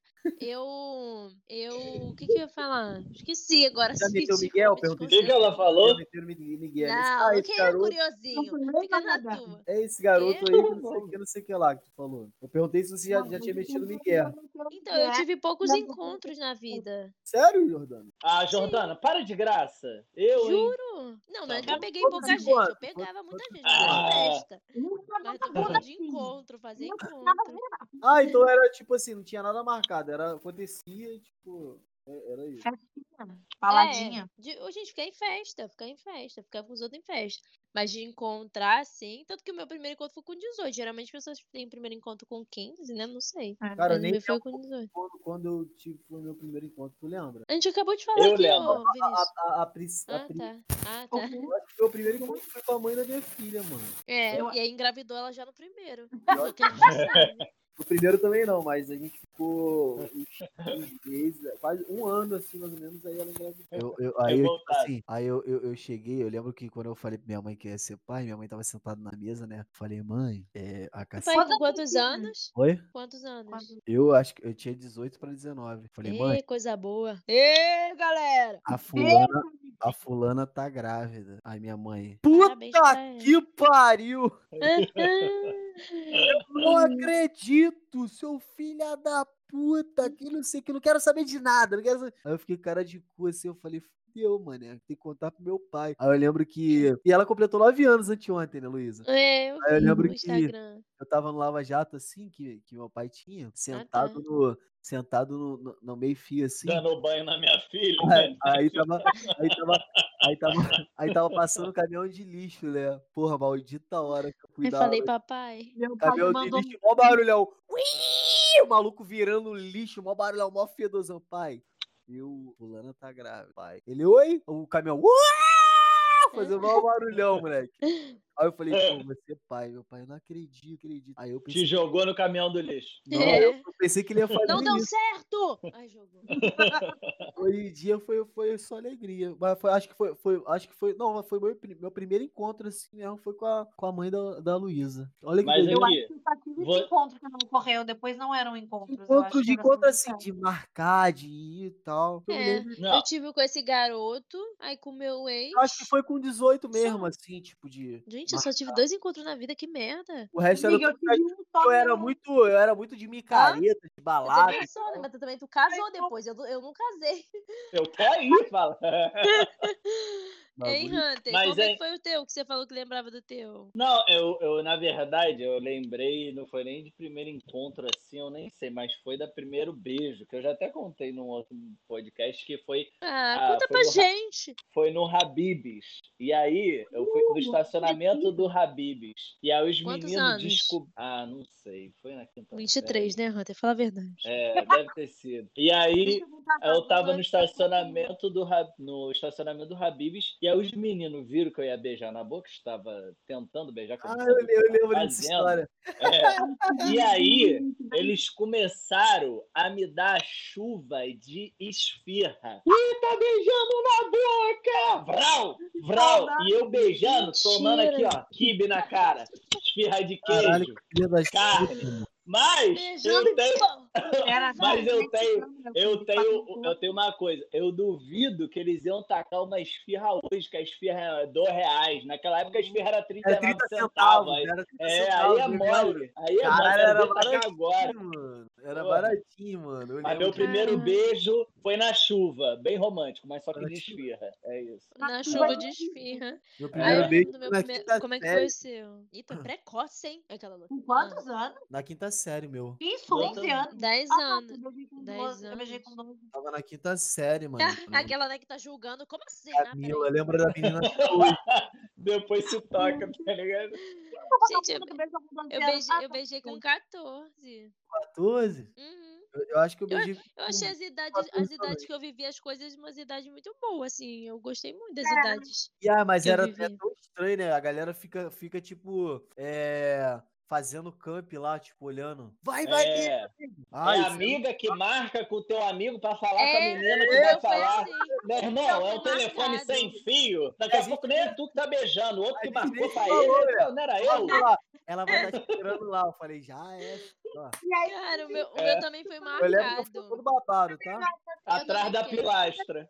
Speaker 2: Eu. Eu. O que, que eu ia falar? Esqueci agora.
Speaker 4: já
Speaker 2: me
Speaker 4: meteu o
Speaker 2: desculpa,
Speaker 4: Miguel?
Speaker 2: me
Speaker 1: O que,
Speaker 4: Perguntei
Speaker 1: que
Speaker 4: se
Speaker 2: desconcentrei.
Speaker 1: ela falou?
Speaker 4: já meteram o mi- Miguel.
Speaker 2: Não,
Speaker 4: ah,
Speaker 2: não
Speaker 4: esse
Speaker 2: quem era
Speaker 4: garoto,
Speaker 2: curiosinho?
Speaker 3: falou,
Speaker 2: Fica na
Speaker 3: nada.
Speaker 2: tua.
Speaker 4: é esse garoto
Speaker 2: Quê?
Speaker 4: aí, que não sei o que, não sei o que lá que tu falou. Eu perguntei se você já, já
Speaker 3: Não,
Speaker 4: tinha
Speaker 3: não
Speaker 4: metido o
Speaker 3: sei o
Speaker 4: Miguel.
Speaker 3: que eu
Speaker 2: Então, eu
Speaker 3: quero.
Speaker 2: tive poucos
Speaker 3: Não, é não.
Speaker 2: encontros na vida.
Speaker 4: Sério, Jordana?
Speaker 1: Ah, Jordana, para de graça. Eu, hein?
Speaker 2: Juro. Não, não
Speaker 1: Tá
Speaker 2: é que eu
Speaker 1: bom.
Speaker 2: peguei
Speaker 4: Quantos
Speaker 2: pouca gente.
Speaker 4: encontros?
Speaker 2: Eu pegava muita gente,
Speaker 1: Ah.
Speaker 2: mas festa.
Speaker 3: Nunca
Speaker 2: Mas
Speaker 4: tá
Speaker 3: nunca
Speaker 2: tô falando de
Speaker 3: nunca.
Speaker 2: encontro, fazer
Speaker 3: Nunca
Speaker 2: encontro.
Speaker 4: Ah, então era tipo assim, não tinha nada marcado. Era, acontecia, tipo, é- era isso.
Speaker 3: Baladinha.
Speaker 2: É, de, ô, gente, ficar em festa, ficar em festa, ficar com os outros em festa. Mas de encontrar, assim, tanto que o meu primeiro encontro foi com 18. Geralmente as pessoas têm primeiro encontro com 15, né? Não sei.
Speaker 4: Cara, eu
Speaker 2: Mas o
Speaker 4: nem
Speaker 2: meu foi
Speaker 4: lembro
Speaker 2: com 18.
Speaker 4: quando, quando eu tive o meu primeiro encontro, tu lembra?
Speaker 2: A gente acabou de falar
Speaker 1: Eu
Speaker 2: aqui,
Speaker 1: lembro.
Speaker 2: ô, Vinícius.
Speaker 4: A, a, Pri- a
Speaker 2: Ah,
Speaker 4: Pri-
Speaker 2: tá. Ah, tá.
Speaker 4: Eu acho que Meu primeiro encontro foi com a mãe da minha filha, mano.
Speaker 2: É,
Speaker 3: Eu-
Speaker 2: e aí engravidou ela já no primeiro.
Speaker 4: Pior
Speaker 2: Porque a gente
Speaker 4: [laughs]
Speaker 2: sabe. né?
Speaker 4: O primeiro também não, mas a gente ficou uns- uns [laughs] meses, quase um ano assim, mais ou menos, aí ela engravidou. Eu, eu, aí,
Speaker 1: É
Speaker 4: eu, tipo
Speaker 1: vontade.
Speaker 4: assim, aí eu, eu, eu cheguei, eu lembro que quando eu falei pra minha mãe que ia ser pai, minha mãe tava sentada na mesa, né? Falei, mãe, é, a
Speaker 2: Tu
Speaker 4: Cassi...
Speaker 2: Pai, com
Speaker 3: Quantos
Speaker 2: quantos
Speaker 3: anos?
Speaker 2: anos?
Speaker 4: Oi?
Speaker 2: Quantos anos?
Speaker 3: Quantos-
Speaker 4: Eu acho que eu tinha 18 pra 19. Falei, mãe,
Speaker 2: Ê, coisa boa. Ê, galera!
Speaker 4: a fulana, a fulana tá grávida. Aí minha mãe.
Speaker 2: Parabéns
Speaker 4: Puta
Speaker 2: pra ela.
Speaker 4: que pariu!
Speaker 2: Ah, ah.
Speaker 4: Não acredito, seu filho da puta, que não sei, que não quero saber de nada. Não quero saber. Aí eu fiquei cara de cu assim, eu falei, fudeu, mané, tem que contar pro meu pai. Aí eu lembro que. E ela completou nove anos anteontem, né, Luísa?
Speaker 2: É, [laughs] eu
Speaker 4: Aí eu
Speaker 2: vi
Speaker 4: lembro
Speaker 2: no
Speaker 4: que-
Speaker 2: Instagram.
Speaker 4: Eu tava no Lava Jato assim, que, que meu pai
Speaker 2: Ah,
Speaker 4: tinha,
Speaker 2: tá.
Speaker 4: sentado no. Sentado no, no, no meio-fio assim.
Speaker 1: Dando banho na minha filha.
Speaker 4: [laughs] Aí, É, aí tava, aí, tava, aí, tava, aí tava passando o caminhão de lixo, né? Porra, maldita hora que eu fui
Speaker 2: Eu
Speaker 4: dar.
Speaker 2: falei, papai.
Speaker 3: Meu pai
Speaker 4: Caminhão
Speaker 3: me
Speaker 4: de
Speaker 3: mandou
Speaker 4: Tá lixo, mó barulhão. Ui! O maluco virando lixo, mó barulhão, mó fedozão. Pai, eu. Fulana tá grávida, pai. Ele, oi? O caminhão. "Uau!" Fazendo mó barulhão, moleque. Aí eu falei, pô, você é pai, meu pai, eu não acredito, acredito. Aí eu
Speaker 1: Te
Speaker 4: pensei,
Speaker 1: jogou no caminhão do lixo.
Speaker 4: não, eu pensei que ele ia fazer
Speaker 2: Não deu
Speaker 4: é isso.
Speaker 2: certo! Ai, jogou.
Speaker 4: Hoje em dia foi, foi só alegria. Mas foi- acho que foi, foi- Acho que foi. Não, mas foi meu, pri- meu primeiro encontro, assim mesmo, foi com a, com a mãe da, da Luísa. Olha que
Speaker 1: Mas
Speaker 4: doideira.
Speaker 3: Eu
Speaker 1: Aqui.
Speaker 3: acho que só tive
Speaker 1: Vou-
Speaker 3: esse encontro que não ocorreu, depois não eram encontros. eu acho
Speaker 4: encontro
Speaker 3: que
Speaker 4: de
Speaker 3: era
Speaker 4: encontro
Speaker 3: só um
Speaker 4: assim, de marcar, de ir e tal. Eu, me
Speaker 2: É.
Speaker 4: lembro-
Speaker 1: Não,
Speaker 2: Eu tive com esse garoto, aí com o meu ex.
Speaker 4: eu acho que foi com 18 mesmo, assim, tipo de.
Speaker 2: Gente, eu só tive dois encontros na vida, que merda.
Speaker 4: O resto era.
Speaker 3: Amiga,
Speaker 4: tudo
Speaker 3: eu tive um só
Speaker 4: Eu era
Speaker 3: meu.
Speaker 4: muito, eu era muito de micareta, de
Speaker 2: Eu
Speaker 4: balada.
Speaker 2: também sou, né? Mas tu também tu casou depois, eu, eu não casei.
Speaker 1: eu quero ir, fala.
Speaker 2: Hein,
Speaker 4: bagulho.
Speaker 2: Hunter?
Speaker 1: Mas
Speaker 2: Como é
Speaker 1: é-
Speaker 2: que foi o teu que você falou que lembrava do teu?
Speaker 1: Não, eu, eu, na verdade, eu lembrei, não foi nem de primeiro encontro assim, eu nem sei, mas foi da primeiro beijo, que eu já até contei num outro podcast, que foi,
Speaker 2: Ah,
Speaker 1: Ah,
Speaker 2: conta
Speaker 1: foi
Speaker 2: pra
Speaker 1: no ra-
Speaker 2: gente.
Speaker 4: É.
Speaker 1: foi no Habib's. E aí, eu fui no estacionamento do Habib's. E aí os
Speaker 2: Hum, Quantos
Speaker 1: meninos
Speaker 2: anos?
Speaker 1: descobriram. Ah, não sei, foi na quinta
Speaker 2: 23, né, Hunter? Fala a verdade.
Speaker 1: É, deve ter sido. E aí,
Speaker 3: Deixa voltar pra
Speaker 1: Eu tava
Speaker 2: né?
Speaker 3: falar
Speaker 1: no
Speaker 3: antes da
Speaker 1: estacionamento do Ra- no estacionamento do Habib's e aí os meninos viram que eu ia beijar na boca, estava tentando beijar com
Speaker 4: Ah, eu, le- eu lembro dessa história.
Speaker 1: É. E aí
Speaker 3: né?
Speaker 1: eles começaram a me dar chuva de esfirra. Ih, tá beijando na boca! Vral, vral! E eu beijando, tomando aqui, ó, kibe na cara. Esfirra de
Speaker 4: Caralho,
Speaker 1: queijo,
Speaker 4: que filha da
Speaker 1: carne.
Speaker 4: puta, mano.
Speaker 1: Mas
Speaker 2: Beijando
Speaker 1: eu tenho
Speaker 2: e pô,
Speaker 3: conversa. Era
Speaker 1: Mas eu
Speaker 3: só
Speaker 1: tenho-
Speaker 3: mexicano,
Speaker 1: Eu
Speaker 3: de tá fato,
Speaker 1: tenho, eu tenho uma coisa, eu duvido que eles iam tacar uma esfirra hoje, que a esfirra é dois reais. Naquela época a esfirra era 39
Speaker 4: [laughs] Era 30
Speaker 1: centavos.
Speaker 4: É centavos,
Speaker 1: aí-
Speaker 4: era 30
Speaker 1: É, aí
Speaker 4: centavos,
Speaker 1: é
Speaker 4: eu lembro.
Speaker 1: mole. Aí é
Speaker 4: Caralho,
Speaker 1: mole,
Speaker 4: era
Speaker 1: era tacar
Speaker 4: baratinho,
Speaker 1: agora.
Speaker 4: mano. Era
Speaker 1: Pô.
Speaker 4: baratinho, mano. Eu
Speaker 1: Mas
Speaker 4: lembro
Speaker 1: meu
Speaker 4: que-
Speaker 1: primeiro
Speaker 2: Caralho.
Speaker 1: beijo foi na chuva, bem romântico, mas só que
Speaker 4: Era
Speaker 1: de
Speaker 4: chuva.
Speaker 1: esfirra. É isso.
Speaker 2: na
Speaker 3: Mas tu
Speaker 2: chuva
Speaker 3: vai-
Speaker 2: de esfirra.
Speaker 4: Meu
Speaker 1: É.
Speaker 2: Aí
Speaker 4: primeiro
Speaker 2: eu
Speaker 4: beijo
Speaker 2: lembro do meu
Speaker 4: na
Speaker 2: primeiro.
Speaker 4: quinta
Speaker 2: Como é que foi
Speaker 4: série. Ah.
Speaker 2: o seu? Ih, foi precoce, hein? Aquela louca.
Speaker 3: Com quantos anos?
Speaker 4: Na quinta série, meu.
Speaker 3: Isso,
Speaker 1: Eu
Speaker 3: 11
Speaker 1: também.
Speaker 3: anos.
Speaker 2: 10
Speaker 3: Ah, tá,
Speaker 2: [laughs] anos.
Speaker 3: eu beijei com
Speaker 2: Dez
Speaker 3: 12, Eu beijei
Speaker 2: anos.
Speaker 3: com 12.
Speaker 4: Tava na quinta série,
Speaker 2: [laughs]
Speaker 4: mano.
Speaker 2: Aquela, né, que tá julgando. Como assim? Ah,
Speaker 4: Camila,
Speaker 2: peraí.
Speaker 4: lembra da
Speaker 2: [laughs]
Speaker 4: menina até hoje.
Speaker 1: [laughs] Depois se toca, tá ligado?
Speaker 2: Gente, eu, eu, beijei,
Speaker 3: Ah,
Speaker 2: eu beijei
Speaker 3: tá.
Speaker 2: com 14.
Speaker 4: 14?
Speaker 2: Uhum.
Speaker 4: Eu, eu acho que eu
Speaker 2: Eu-
Speaker 4: beijei.
Speaker 2: Eu achei as idades,
Speaker 4: 14
Speaker 2: as idades que eu vivi as coisas, umas idades muito boas, assim. Eu gostei muito das idades.
Speaker 4: E, Ah, mas
Speaker 2: que eu
Speaker 4: era
Speaker 2: vivi.
Speaker 4: é tão estranho, né? A galera fica, fica tipo, é, fazendo camp lá, tipo, olhando. Vai, vai,
Speaker 1: É,
Speaker 4: vai.
Speaker 1: é
Speaker 4: Ai,
Speaker 1: a
Speaker 4: isso
Speaker 1: amiga que marca com o teu amigo pra falar com
Speaker 2: É,
Speaker 1: a menina que
Speaker 2: O meu
Speaker 1: vai
Speaker 2: foi
Speaker 1: falar.
Speaker 2: assim.
Speaker 1: Meu
Speaker 2: Então,
Speaker 1: irmão, é um
Speaker 2: foi
Speaker 1: telefone
Speaker 2: marcado.
Speaker 1: sem fio. Daqui
Speaker 4: A
Speaker 1: a
Speaker 4: gente-
Speaker 1: pouco nem é tu que tá beijando, o outro
Speaker 4: a
Speaker 1: que
Speaker 4: gente
Speaker 1: marcou
Speaker 4: nem
Speaker 1: pra
Speaker 4: falou,
Speaker 1: ele.
Speaker 4: velho.
Speaker 1: Não, não era
Speaker 4: é-
Speaker 1: eu.
Speaker 4: Olha lá, Ela vai estar esperando lá. Eu falei, já é. Ó.
Speaker 2: Cara, o meu, o
Speaker 1: É.
Speaker 2: meu também foi
Speaker 4: Eu lembro que eu fui
Speaker 2: marcado.
Speaker 4: todo babado, tá?
Speaker 1: Atrás da
Speaker 2: fiquei.
Speaker 1: pilastra.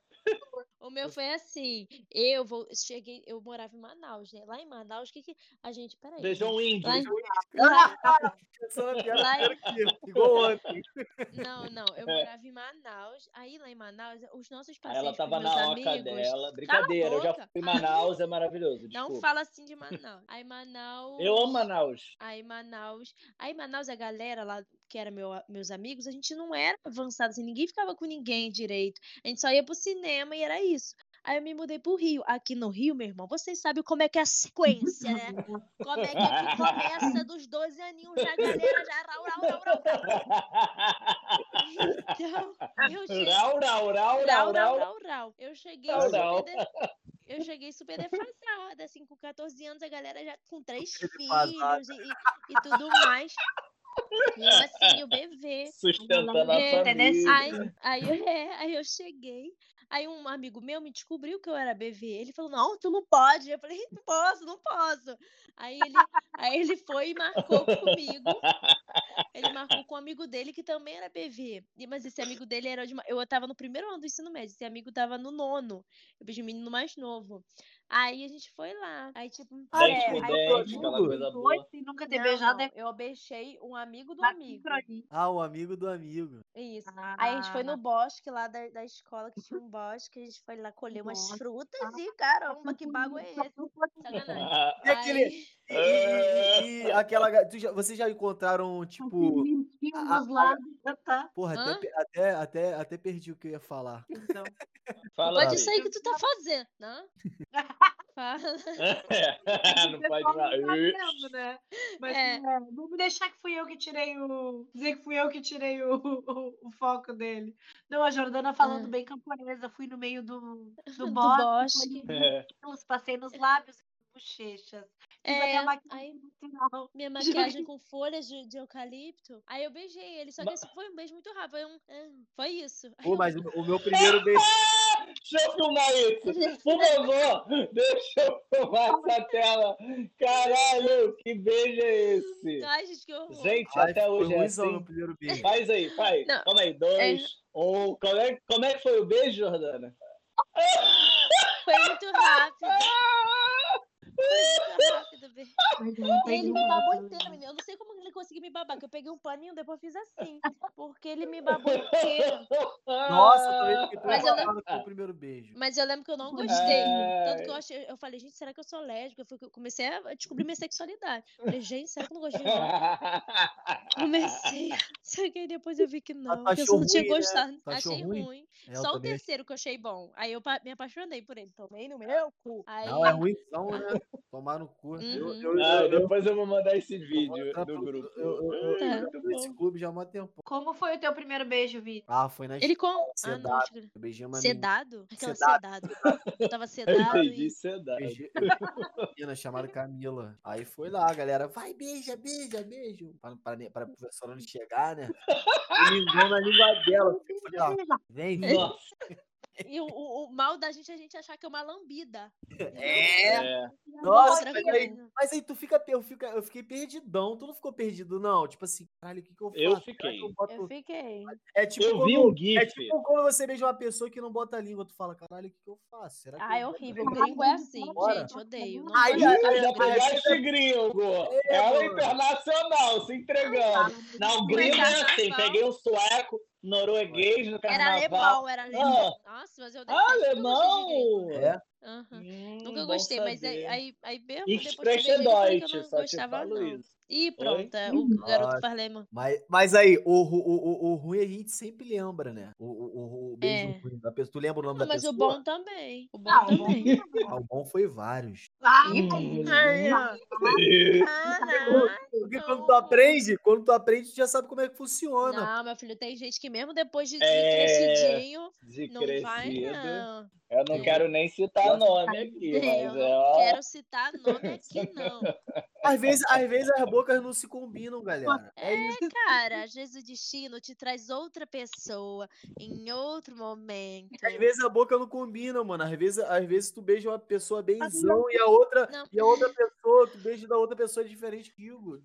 Speaker 2: O meu foi assim. Eu vou, cheguei, eu morava em Manaus, né? Lá em Manaus, o que que a gente, peraí.
Speaker 1: Beijou um índio.
Speaker 2: Lá em-
Speaker 4: Ah,
Speaker 3: tá.
Speaker 4: pensando na piada
Speaker 2: Lá é em-
Speaker 4: era
Speaker 2: [laughs]
Speaker 4: aqui, igual ontem.
Speaker 2: Não, não, eu morava em Manaus. Aí lá em Manaus, os nossos
Speaker 1: É. Aí
Speaker 2: passeios
Speaker 1: ela
Speaker 2: com
Speaker 1: tava
Speaker 2: meus
Speaker 1: na
Speaker 2: amigos.
Speaker 1: oca dela. Brincadeira, eu já fui
Speaker 2: boca.
Speaker 1: em Manaus, é maravilhoso.
Speaker 2: Não
Speaker 1: Desculpa.
Speaker 2: fala assim de Manaus. Aí Manaus.
Speaker 1: Eu amo Manaus. [laughs]
Speaker 2: Aí Manaus, aí Manaus a galera lá que era meu, meus amigos, a gente não era avançado, assim, ninguém ficava com ninguém direito. A gente só ia pro cinema e era isso. Aí eu me mudei pro Rio. Aqui no Rio, meu irmão, vocês sabem como é que é a sequência, né? Como é que aqui começa dos 12 aninhos já a galera já rau, rau, rau,
Speaker 1: [laughs]
Speaker 2: rau. Então, eu cheguei
Speaker 1: Rau, rau, rau,
Speaker 2: Rau,
Speaker 1: rau,
Speaker 2: rau,
Speaker 1: rau.
Speaker 2: rau, rau. Eu cheguei
Speaker 1: Rau, rau.
Speaker 2: super de- Eu cheguei super defasada, assim, com 14 anos, a galera já com três
Speaker 4: Defasada.
Speaker 2: filhos e, e, e tudo mais. E eu, assim, o bebê.
Speaker 1: Sustentando a
Speaker 2: É,
Speaker 1: família.
Speaker 2: Aí, aí, eu- é, aí eu cheguei, aí um amigo meu me descobriu que eu era bebê. Ele falou, não, tu não pode. Eu falei, não posso, não posso. Aí ele, aí ele foi e marcou comigo. Ele marcou com um amigo dele que também era BV. E- Mas esse amigo dele era de uma... Eu tava no primeiro ano do ensino médio, esse amigo tava no nono. Eu beijei um menino mais novo. Aí a gente foi lá. Aí, tipo, me
Speaker 1: Dente
Speaker 2: parece.
Speaker 1: com
Speaker 2: Aí
Speaker 1: dente,
Speaker 2: todo
Speaker 1: aquela
Speaker 2: mundo-
Speaker 1: coisa boa.
Speaker 3: Dois, sem nunca ter
Speaker 2: Não,
Speaker 3: beijado é
Speaker 2: eu beijei um amigo do
Speaker 3: da
Speaker 2: amigo.
Speaker 3: sincronia.
Speaker 4: Ah, o amigo do amigo.
Speaker 2: Isso. Aí a gente foi no bosque lá da, da escola, que tinha um bosque, a gente foi lá colher umas
Speaker 3: Nossa.
Speaker 2: frutas e caramba, que bagulho é esse? Sacanagem.
Speaker 1: Ah,
Speaker 4: E
Speaker 2: Aí-
Speaker 4: aquele- E, e- e aquela. ga- tu já- vocês já encontraram, tipo. a-
Speaker 3: Os lados, tá?
Speaker 4: Porra,
Speaker 2: Hã?
Speaker 4: até, pe- até, até, até perdi o que eu ia falar.
Speaker 3: Então,
Speaker 1: fala
Speaker 2: Pode
Speaker 1: aí.
Speaker 2: isso aí que tu tá fazendo, [laughs] né? Fala.
Speaker 1: [laughs] [laughs] não pode
Speaker 3: o pessoal
Speaker 1: falar.
Speaker 3: Não tá vendo, né? Mas
Speaker 2: É.
Speaker 3: é, vamos deixar que fui eu que tirei o. Dizer que fui eu que tirei o, o- o foco dele. Não, a Jordana falando
Speaker 2: Ah.
Speaker 3: bem camponesa, fui no meio do, do
Speaker 2: [laughs] Do
Speaker 3: bosque,
Speaker 2: bosque. é
Speaker 1: É.
Speaker 3: colhi mamilos, passei nos lábios e nas bochechas. Fiz até
Speaker 2: É,
Speaker 3: a maquiagem
Speaker 2: aí [laughs]
Speaker 3: natural.
Speaker 2: minha
Speaker 3: Juro que-
Speaker 2: maquiagem com folhas de, de eucalipto. Aí eu beijei ele, só que esse foi um beijo muito rápido. Foi, um, ah, foi isso. Aí
Speaker 4: Pô,
Speaker 2: eu-
Speaker 4: mas o, o meu
Speaker 2: [laughs]
Speaker 4: primeiro beijo.
Speaker 1: Deixa eu filmar isso. Por favor, deixa eu filmar essa tela. Caralho, que beijo é esse?
Speaker 2: Ai, gente, que horror.
Speaker 1: Gente,
Speaker 4: Ai,
Speaker 1: até
Speaker 4: foi um
Speaker 1: hoje é
Speaker 4: ruimzão meu
Speaker 1: assim.
Speaker 4: primeiro beijo.
Speaker 1: Faz aí, faz.
Speaker 2: Não,
Speaker 1: Calma aí, dois, um. Como é, como é que foi o beijo, Jordana?
Speaker 2: Foi muito rápido.
Speaker 4: Ah!
Speaker 2: Foi muito rápido, beijo.
Speaker 3: Mas eu não
Speaker 2: E ele
Speaker 3: tenho
Speaker 2: me babou
Speaker 3: nada.
Speaker 2: inteiro, menino. Eu não sei como ele conseguiu me babar, que eu peguei um paninho, depois fiz assim. Porque ele me babou inteiro.
Speaker 1: [laughs]
Speaker 4: Nossa, eu também fiquei
Speaker 2: Ah, Mas eu um
Speaker 4: preocupado com o meu primeiro beijo.
Speaker 2: Mas eu lembro que eu não
Speaker 3: Ai.
Speaker 2: gostei. Tanto que eu, achei, eu falei, gente, será que eu sou lésbica? Eu fui- eu comecei a descobrir minha sexualidade. Falei, gente, será que eu
Speaker 1: [laughs]
Speaker 2: não gostei? Não? Comecei. [laughs] Só que aí depois eu vi que não.
Speaker 4: tu
Speaker 2: que eu
Speaker 4: achou
Speaker 2: não tinha
Speaker 4: ruim, né?
Speaker 2: gostado.
Speaker 4: Tu achou
Speaker 2: achei
Speaker 4: ruim?
Speaker 2: ruim.
Speaker 4: É, eu
Speaker 2: Só o
Speaker 4: também-
Speaker 2: terceiro que eu achei bom. Aí eu pa- me apaixonei por ele. Tomei no meu cu. Aí,
Speaker 4: Não, é ruimzão, né? Tomar no cu. Eu,
Speaker 2: Uhum.
Speaker 4: eu,
Speaker 1: Ah,
Speaker 4: eu, eu,
Speaker 1: depois eu vou mandar esse
Speaker 4: eu
Speaker 1: vídeo
Speaker 4: vou entrar
Speaker 1: no
Speaker 4: pro-
Speaker 1: grupo.
Speaker 4: Tá eu- eu- eu- eu
Speaker 2: Tá.
Speaker 4: entro nesse clube já há mó tempo.
Speaker 3: Como foi o teu primeiro beijo, Vi?
Speaker 4: Ah, foi na
Speaker 2: ele com. Ah, não.
Speaker 4: Sedado.
Speaker 2: acho que-
Speaker 4: Eu beijei uma menina.
Speaker 2: Sedado? Aquela
Speaker 4: Sedado.
Speaker 2: sedado. Eu
Speaker 1: [laughs]
Speaker 2: tava
Speaker 1: Eu
Speaker 2: sedado.
Speaker 1: entendi, é
Speaker 2: e-
Speaker 1: você dá.
Speaker 4: Beijei eu beijei uma menina chamada Camila. Aí foi lá, a galera. Vai, beija, beija, beijo. Pra, pra, ne- pra professora não chegar, né? O lingão na língua dela. Eu falei, ó, vem, vem.
Speaker 1: Nossa,
Speaker 2: E o, o- o mal da gente é a gente achar que é uma
Speaker 1: [laughs]
Speaker 2: lambida.
Speaker 4: É.
Speaker 1: é. tipo,
Speaker 4: Nossa,
Speaker 2: Outra
Speaker 4: mas
Speaker 2: coisa.
Speaker 4: aí, mas aí tu fica, eu, fica, eu fiquei perdidão. Tu não ficou perdido, não? Tipo assim, caralho, o que que eu faço?
Speaker 1: Eu
Speaker 4: Será que
Speaker 1: fiquei.
Speaker 4: eu boto-
Speaker 2: Eu fiquei.
Speaker 4: É tipo
Speaker 1: Eu vi
Speaker 4: quando-
Speaker 1: um
Speaker 4: É
Speaker 1: gif.
Speaker 4: tipo quando você beija uma pessoa que não bota a língua, tu fala, caralho, o que, que eu faço? Será que
Speaker 2: Ah, é
Speaker 4: eu-
Speaker 2: horrível.
Speaker 3: Ai,
Speaker 2: Gringo é assim,
Speaker 4: bora.
Speaker 2: gente. Odeio. Não
Speaker 4: Ai,
Speaker 2: gosto.
Speaker 1: Ih,
Speaker 4: ai, ai,
Speaker 1: já
Speaker 4: ai,
Speaker 1: pegaste
Speaker 4: ai.
Speaker 1: gringo.
Speaker 4: É,
Speaker 1: É o
Speaker 4: mano.
Speaker 1: internacional se entregando. Não, gringo é
Speaker 3: tá
Speaker 1: assim.
Speaker 2: Internacional.
Speaker 1: Peguei um sueco, norueguês no
Speaker 2: Era
Speaker 1: carnaval. Ah,
Speaker 2: alemão, era alemão. Nossa, mas eu detesto. nunca gostei de
Speaker 1: Alemão!
Speaker 2: gringo.
Speaker 4: É?
Speaker 2: Aham.
Speaker 1: Hum,
Speaker 2: Nunca
Speaker 1: bom
Speaker 2: gostei, mas aí,
Speaker 1: saber.
Speaker 2: aí, aí mesmo
Speaker 1: Ich
Speaker 2: depois que
Speaker 1: spreche
Speaker 2: eu beijei, ele, eu falei que eu
Speaker 1: Deutsch,
Speaker 2: não
Speaker 1: é só te
Speaker 2: gostava
Speaker 1: falo
Speaker 2: não.
Speaker 1: isso.
Speaker 2: Ih, pronto, é,
Speaker 3: Hum.
Speaker 2: o garoto
Speaker 4: Nossa.
Speaker 2: fala alemão.
Speaker 4: Mas, mas aí, o, ru- o, o, o ruim a gente sempre lembra, né? O, o, o, o beijo
Speaker 2: É.
Speaker 4: ruim da pessoa. Tu lembra o nome
Speaker 2: Não,
Speaker 4: da
Speaker 2: mas
Speaker 4: pessoa?
Speaker 2: o bom também. O bom
Speaker 3: Ah, o bom
Speaker 2: também.
Speaker 4: Ah, o bom foi vários.
Speaker 1: Hum.
Speaker 2: Ai, ó. Ah,
Speaker 4: Porque quando tu
Speaker 2: não.
Speaker 4: aprende, quando tu aprende, tu já sabe como é que funciona.
Speaker 2: Não, meu filho, tem gente que mesmo depois de, de
Speaker 1: É.
Speaker 2: crescidinho,
Speaker 1: De
Speaker 2: não vai
Speaker 1: crescido.
Speaker 2: não.
Speaker 1: Eu não
Speaker 4: Eu-
Speaker 1: quero nem citar
Speaker 4: Nossa,
Speaker 1: nome aqui,
Speaker 2: Eu
Speaker 1: mas
Speaker 2: não
Speaker 1: é. ó,
Speaker 2: quero citar nome aqui não.
Speaker 4: Às vezes, às vezes as bocas não se combinam, galera. É isso.
Speaker 2: Cara, às vezes o destino te traz outra pessoa em outro momento.
Speaker 4: Às vezes a boca não combina, mano. Às vezes, às vezes tu beija uma pessoa benzão
Speaker 3: não.
Speaker 4: e a outra
Speaker 2: Ah, Não.
Speaker 4: e a outra pessoa, tu beija da outra pessoa é diferente que o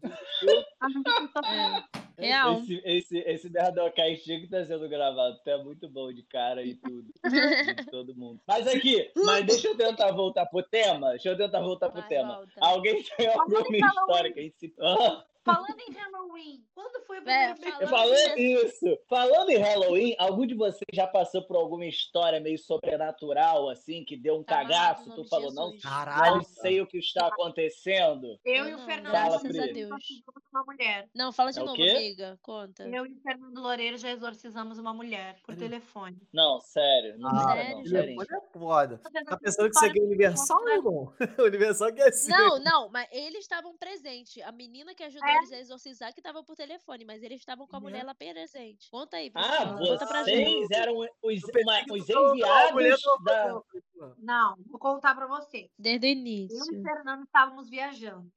Speaker 2: É, real.
Speaker 1: Esse, esse, esse Nerdocast tinha que tá sendo gravado. Tu é muito bom de cara e tudo.
Speaker 2: [laughs]
Speaker 1: De todo mundo. Mas aqui, mas deixa eu tentar voltar pro tema. Deixa eu tentar voltar pro
Speaker 2: Vai,
Speaker 1: tema.
Speaker 2: volta.
Speaker 1: Alguém [laughs] tem alguma
Speaker 3: falar um-
Speaker 1: história que a gente se. Ah!
Speaker 3: Falando em Halloween, quando foi o
Speaker 2: É,
Speaker 3: primeiro
Speaker 1: Eu
Speaker 3: beijo?
Speaker 2: falando
Speaker 1: Falando
Speaker 2: em-
Speaker 1: isso, falando em Halloween, algum de vocês já passou por alguma história meio sobrenatural, assim, que deu um
Speaker 2: Tá amarrado
Speaker 1: cagaço,
Speaker 2: no
Speaker 1: tu
Speaker 2: nome de
Speaker 1: falou, não,
Speaker 2: Jesus.
Speaker 4: Caralho. é
Speaker 1: não sei o que está acontecendo?
Speaker 3: Eu e
Speaker 2: Eu
Speaker 3: o
Speaker 2: não,
Speaker 3: Fernando
Speaker 1: graças
Speaker 3: Loureiro
Speaker 1: a
Speaker 3: já
Speaker 2: Deus.
Speaker 3: exorcizamos uma mulher.
Speaker 2: Não, fala de
Speaker 1: É o
Speaker 2: novo,
Speaker 1: quê?
Speaker 2: amiga. Conta.
Speaker 3: Eu e o Fernando Loureiro já exorcizamos uma mulher por
Speaker 4: Sério?
Speaker 3: telefone.
Speaker 1: Não, sério, não,
Speaker 4: Ah,
Speaker 1: sério, não,
Speaker 2: sério?
Speaker 1: sério.
Speaker 4: é foda. Tá pensando que isso aqui é universal, meu irmão? [laughs] universal que é assim.
Speaker 2: Não, não, mas eles estavam presentes. A menina que ajudou
Speaker 3: É.
Speaker 2: eles a exorcizar que estava por telefone, mas eles estavam com a mulher lá presente. Conta aí,
Speaker 1: Ah,
Speaker 2: Priscila, conta pra gente.
Speaker 1: vocês eram os,
Speaker 4: Eu pensei
Speaker 1: uma-
Speaker 4: que tu
Speaker 1: os
Speaker 4: tava falando com a mulher
Speaker 1: enviados
Speaker 4: do
Speaker 1: da...
Speaker 4: Rafael. Eu falei, pô,
Speaker 3: Não, vou contar pra vocês.
Speaker 2: Desde o
Speaker 3: Eu e o
Speaker 2: início.
Speaker 3: Fernando estávamos viajando.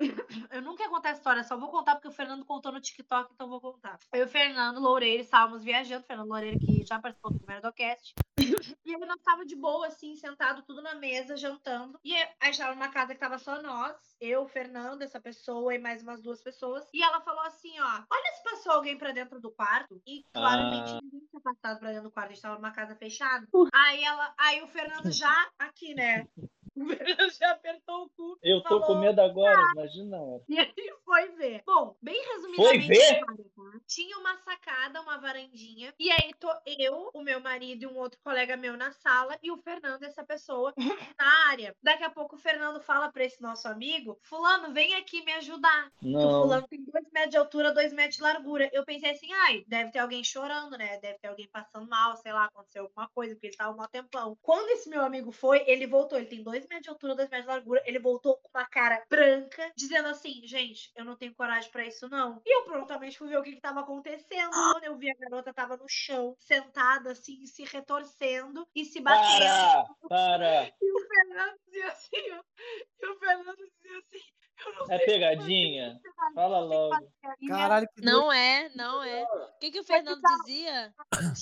Speaker 3: Eu nunca ia contar a história, só vou contar porque o Fernando contou no TikTok, então vou contar. Eu e o Fernando Loureiro estávamos viajando, o Fernando Loureiro que já participou do primeiro docast. E eu não estava de boa, assim, sentado, tudo na mesa, jantando. E eu- aí estava numa casa que tava só nós, eu, o Fernando, essa pessoa e mais umas duas pessoas. E ela falou assim: ó, olha se passou alguém pra dentro do quarto. E claramente
Speaker 1: Ah.
Speaker 3: ninguém tinha passado pra dentro do quarto, a gente tava numa casa fechada. Aí ela, aí o Fernando já aqui, né? [laughs] Já apertou o cu.
Speaker 1: Eu tô com
Speaker 3: Falou.
Speaker 1: medo agora, imagina. a hora.
Speaker 3: [laughs] E aí foi ver. Bom, bem
Speaker 1: Foi
Speaker 3: resumidamente.
Speaker 1: ver?
Speaker 3: Maringá, Tinha uma sacada, uma varandinha. E aí tô eu, o meu marido e um outro colega meu na sala. E o Fernando, essa pessoa, na área. Daqui a pouco o Fernando fala pra esse nosso amigo: Fulano, vem aqui me ajudar. Que o
Speaker 1: Não.
Speaker 3: fulano tem 2 metros de altura, 2 metros de largura. Eu pensei assim, ai, deve ter alguém chorando, né? Deve ter alguém passando mal, sei lá, aconteceu alguma coisa, porque ele tá tava mó tempão. Quando esse meu amigo foi, ele voltou. Ele tem 2 metros de altura, 2 metros de largura. Ele voltou com uma cara branca, dizendo assim, gente, eu não tenho coragem pra isso, não. E eu prontamente fui ver o que que tava acontecendo. Quando eu vi, a garota tava no chão, sentada assim, se retorcendo e se batendo.
Speaker 1: Para, para. É
Speaker 3: E o Fernando dizia assim, ó. E o Fernando dizia assim, eu não
Speaker 1: É
Speaker 3: sei
Speaker 1: pegadinha?
Speaker 3: né?
Speaker 1: Fala
Speaker 3: Tipo assim,
Speaker 1: logo.
Speaker 3: Caralho.
Speaker 4: Caralho, que doido.
Speaker 2: Não é, não é. O que, que o Fernando
Speaker 3: tá-
Speaker 2: dizia?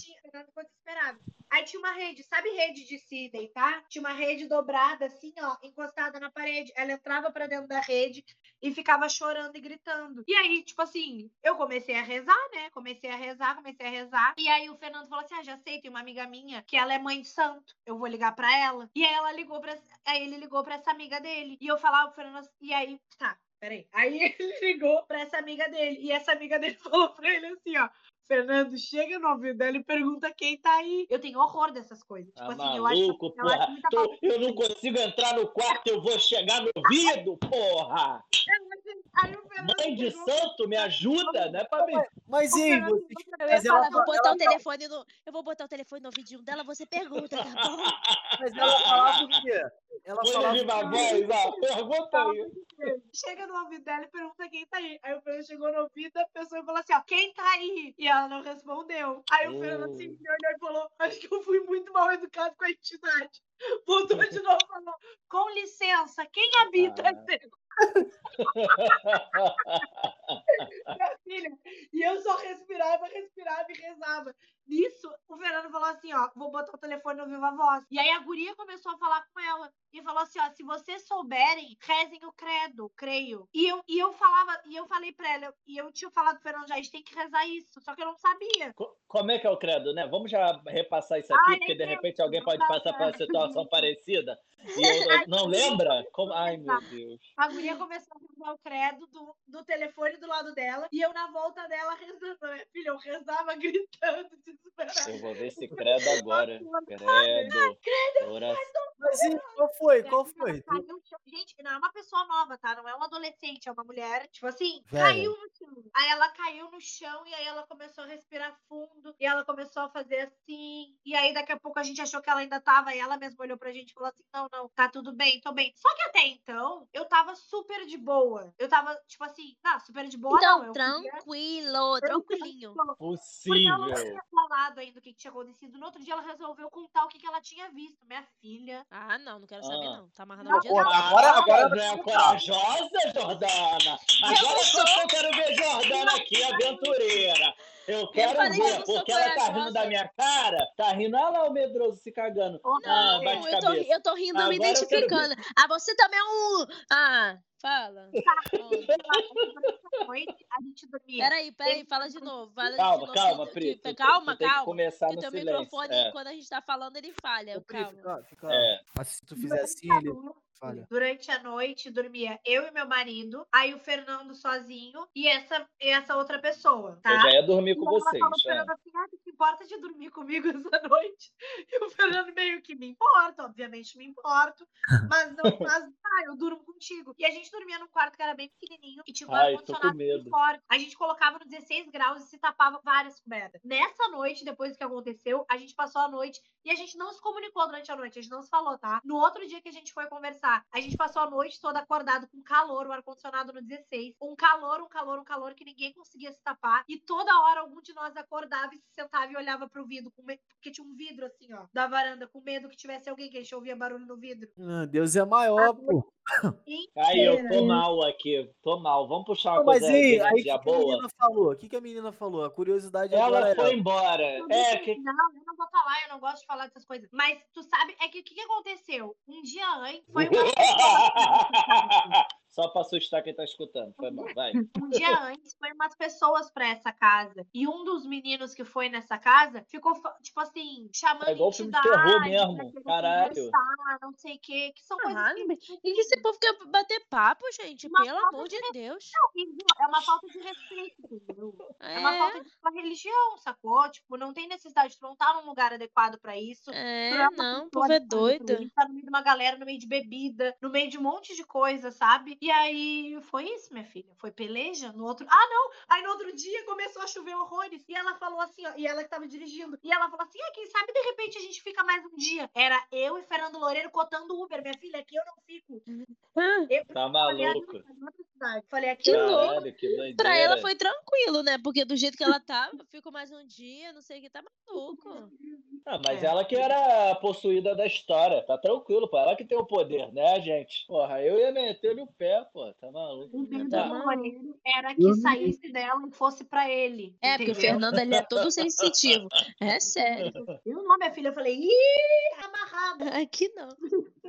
Speaker 3: tinha, o Fernando ficou desesperado. Aí tinha uma rede, sabe rede de se deitar? Tinha uma rede dobrada, assim, ó, encostada na parede. Ela entrava pra dentro da rede e ficava chorando e gritando. E aí, tipo assim, eu comecei a rezar, né? Comecei a rezar, comecei a rezar. E aí o Fernando falou assim: ah, já sei, tem uma amiga minha que ela é mãe de santo. Eu vou ligar pra ela. E aí ela ligou pra. Aí ele ligou pra essa amiga dele. E eu falava pro Fernando. assim, E aí, tá. Peraí. Aí [laughs] ele ligou pra essa amiga dele. E essa amiga dele [laughs] falou pra ele assim, ó. Fernando chega no ouvido dela e pergunta quem tá aí. Eu tenho horror dessas coisas.
Speaker 1: Tá
Speaker 3: tipo assim, eu acho.
Speaker 1: maluco,
Speaker 3: eu acho
Speaker 1: porra.
Speaker 3: muita
Speaker 1: Tô- eu não consigo entrar no quarto, eu vou chegar no vidro, porra.
Speaker 3: Aí o Fernando
Speaker 1: Mãe de
Speaker 3: pegou-
Speaker 1: santo, me ajuda, né, pra mim?
Speaker 4: Mas
Speaker 3: o
Speaker 4: ei,
Speaker 3: Fernando tá ligou
Speaker 4: você...
Speaker 3: pra
Speaker 2: Eu
Speaker 3: mim
Speaker 2: ia
Speaker 4: Mas ela
Speaker 2: falar, vou
Speaker 4: fa-
Speaker 2: botar
Speaker 4: ela
Speaker 2: o telefone no. Eu vou botar o telefone no ouvidinho dela, você pergunta, tá bom?
Speaker 4: Mas ela falava o quê? Ela
Speaker 1: Foi
Speaker 4: falava.
Speaker 1: de uma voz, ó, pergunta aí.
Speaker 3: Chega no ouvido dela e pergunta quem tá aí. Aí o Fernando chegou no ouvido da pessoa e falou assim, ó, quem tá aí? E ela não respondeu. Aí o Fernando assim me olhou e falou, acho que eu fui muito mal educado com a entidade. Voltou de novo e falou, com licença, quem habita?
Speaker 1: Ah.
Speaker 3: minha filha. E eu só respirava, respirava e rezava. Nisso, o Fernando falou assim: ó, vou botar o telefone no Viva Voz. E aí a guria começou a falar com ela. E falou assim: ó, se vocês souberem, rezem o credo, creio. E eu, e eu falava, e eu falei pra ela, e eu tinha falado pro Fernando, já, a gente tem que rezar isso. Só que eu não sabia.
Speaker 1: Co- Como é que é o credo, né? Vamos já repassar isso aqui,
Speaker 3: Ai,
Speaker 1: porque de
Speaker 3: nem
Speaker 1: repente alguém pode
Speaker 3: Não dá
Speaker 1: passar por uma
Speaker 3: pra-
Speaker 1: situação parecida. E eu- eu- não lembra? Como- Ai, meu Deus.
Speaker 3: A guria começou a rezar o credo do, do telefone do lado dela. E eu na volta dela rezando, né, filha? Eu rezava [laughs] gritando, desesperada.
Speaker 1: Eu vou ver esse credo agora. Credo. Oração.
Speaker 4: Mas ei, qual foi? Qual
Speaker 3: Ela
Speaker 4: foi?
Speaker 3: caiu no chão. Gente, não é uma pessoa nova, tá? Não é uma adolescente, é uma mulher. Tipo assim,
Speaker 4: Velho.
Speaker 3: caiu no chão. Aí ela caiu no chão e aí ela começou a respirar fundo. E ela começou a fazer assim. E aí daqui a pouco a gente achou que ela ainda tava. E ela mesma olhou pra gente e falou assim: não, não, tá tudo bem, tô bem. Só que até então, eu tava super de boa. Eu tava, tipo assim, não, super de boa. não,
Speaker 2: Então,
Speaker 3: eu queria-
Speaker 2: tranquilo, tranquilinho.
Speaker 3: porque ela não
Speaker 1: Possível.
Speaker 3: tinha falado ainda o que que tinha acontecido. No outro dia ela resolveu contar o que, que ela tinha visto. Minha filha.
Speaker 2: Ah, não, não quero saber,
Speaker 1: Ah.
Speaker 2: não. Tá amarrado
Speaker 3: Não,
Speaker 2: no dia não.
Speaker 4: Agora- agora
Speaker 1: não é corajosa, Jordana. Agora só que eu quero ver Jordana aqui, aventureira. Eu quero
Speaker 2: falei que eu
Speaker 1: ver,
Speaker 2: não sou
Speaker 1: porque ela tá rindo
Speaker 2: corajosa.
Speaker 1: da minha cara. Tá rindo, olha lá o medroso se cagando. Ah,
Speaker 3: Horror.
Speaker 1: bate
Speaker 2: eu tô,
Speaker 1: cabeça.
Speaker 2: eu tô rindo, me
Speaker 1: Agora eu quero ver.
Speaker 2: identificando. Ah, você também é um. Ah, fala. Bom,
Speaker 3: noite, a gente dormia.
Speaker 2: peraí, peraí, fala de novo. Fala de
Speaker 1: Calma,
Speaker 2: novo,
Speaker 1: calma,
Speaker 2: que-
Speaker 1: Pri.
Speaker 2: que-
Speaker 1: tu- tu
Speaker 2: calma,
Speaker 1: Tem que
Speaker 2: calma.
Speaker 1: começar
Speaker 2: Porque
Speaker 1: no
Speaker 2: teu
Speaker 1: silêncio.
Speaker 2: microfone,
Speaker 1: É,
Speaker 2: quando a gente tá falando, ele falha.
Speaker 4: Ô, Pri,
Speaker 2: Calma.
Speaker 4: fica, fica-
Speaker 1: é.
Speaker 4: Mas se tu fizer assim,
Speaker 3: Durante a
Speaker 4: ele
Speaker 3: noite-
Speaker 4: falha.
Speaker 3: Durante a noite dormia eu e meu marido, aí o Fernando sozinho e essa, e essa outra pessoa, tá?
Speaker 1: Eu já ia dormir
Speaker 3: E
Speaker 1: com
Speaker 3: ela
Speaker 1: vocês.
Speaker 3: falou pro
Speaker 1: é.
Speaker 3: Fernando assim, ah, tu te importa de dormir comigo [laughs] essa noite? E o Fernando meio que me importa, obviamente me importo, mas
Speaker 1: [laughs]
Speaker 3: não faz, ah, eu durmo contigo. E a gente dormia num quarto que era bem pequenininho e tinha um
Speaker 1: é. Ai, tô com
Speaker 3: ar-condicionado
Speaker 1: medo.
Speaker 3: fora. A gente colocava no 16 graus e se tapava várias cobertas. Nessa noite, depois que aconteceu, a gente passou a noite e a gente não se comunicou durante a noite, a gente não se falou, tá? No outro dia que a gente foi conversar, a gente passou a noite toda acordado com calor, o ar-condicionado no 16. Um calor, um calor, um calor que ninguém conseguia se tapar. E toda hora algum de nós acordava e se sentava e olhava pro vidro, com me- porque tinha um vidro assim, ó, da varanda, com medo que tivesse alguém que a gente ouvia barulho no vidro.
Speaker 4: Ah, Deus é maior, pô.
Speaker 1: Aí eu tô mal aqui, tô mal. Vamos puxar uma
Speaker 4: Não, mas
Speaker 1: coisa de
Speaker 4: ei, aí o que,
Speaker 1: energia
Speaker 4: que a
Speaker 1: né, boa.
Speaker 4: menina falou? O que, que a menina falou? A curiosidade agora
Speaker 1: Ela
Speaker 4: é.
Speaker 1: foi embora. É, que
Speaker 3: Não, eu não vou falar, eu não gosto de falar dessas coisas. Mas tu sabe, é que o que, que aconteceu? Um dia antes, foi uma
Speaker 1: [laughs] Só pra assustar quem tá escutando. Foi bom, vai. Tá [laughs]
Speaker 3: Um dia antes foi umas pessoas pra essa casa. E um dos meninos que foi nessa casa ficou, fa- tipo assim, chamando
Speaker 1: É igual filme de
Speaker 3: entidade
Speaker 1: terror
Speaker 3: pra
Speaker 1: mesmo,
Speaker 3: querer
Speaker 1: caralho.
Speaker 3: conversar, Não sei o quê. Que são coisas
Speaker 2: Caralho,
Speaker 3: que
Speaker 2: E que esse povo quer bater papo, gente?
Speaker 3: Uma
Speaker 2: Pelo
Speaker 3: falta
Speaker 2: amor
Speaker 3: de
Speaker 2: de Deus.
Speaker 3: é uma falta de respeito, entendeu? É uma
Speaker 2: É,
Speaker 3: falta de uma religião, sacou? Tipo, não tem necessidade, tu não tá num lugar adequado pra isso. Tu
Speaker 2: é,
Speaker 3: é uma
Speaker 2: não, o
Speaker 3: pessoa
Speaker 2: povo é
Speaker 3: adequada pra
Speaker 2: doido.
Speaker 3: isso, Tá no meio de uma galera, no meio de bebida, no meio de um monte de coisa, sabe? E aí foi isso, minha filha. Foi peleja no outro. Ah, não! Aí no outro dia começou a chover horrores. E ela falou assim, ó, e ela que tava dirigindo. E ela falou assim: ah, quem sabe de repente a gente fica mais um dia. Era eu e Fernando Loureiro cotando Uber, minha filha, aqui eu não fico.
Speaker 2: Ah,
Speaker 3: Eu
Speaker 1: Tá
Speaker 3: falei, ah, não,
Speaker 1: maluco.
Speaker 3: tá em outra cidade. Falei, aqui
Speaker 2: Que
Speaker 3: eu não
Speaker 2: louco.
Speaker 1: Caralho, que doideira.
Speaker 2: Pra ela foi tranquilo, né? Porque do jeito que ela tava, eu fico mais um dia, não sei o que, tá maluco.
Speaker 1: Ah, mas
Speaker 3: É.
Speaker 1: ela que era a possuída da história. Tá tranquilo, pô. Ela que tem o poder, né, gente? Porra, eu ia meter-lhe o pé, pô. Tá maluco.
Speaker 3: O
Speaker 2: né,
Speaker 3: Pedro
Speaker 1: Tá.
Speaker 3: Loureiro era que
Speaker 4: Uhum.
Speaker 3: saísse dela e fosse pra ele.
Speaker 2: É, porque o
Speaker 3: entendeu?
Speaker 2: Fernando ali é todo sensitivo. É sério.
Speaker 3: Eu não, minha filha, eu falei, ih, tá amarrada.
Speaker 2: [laughs] Aqui não.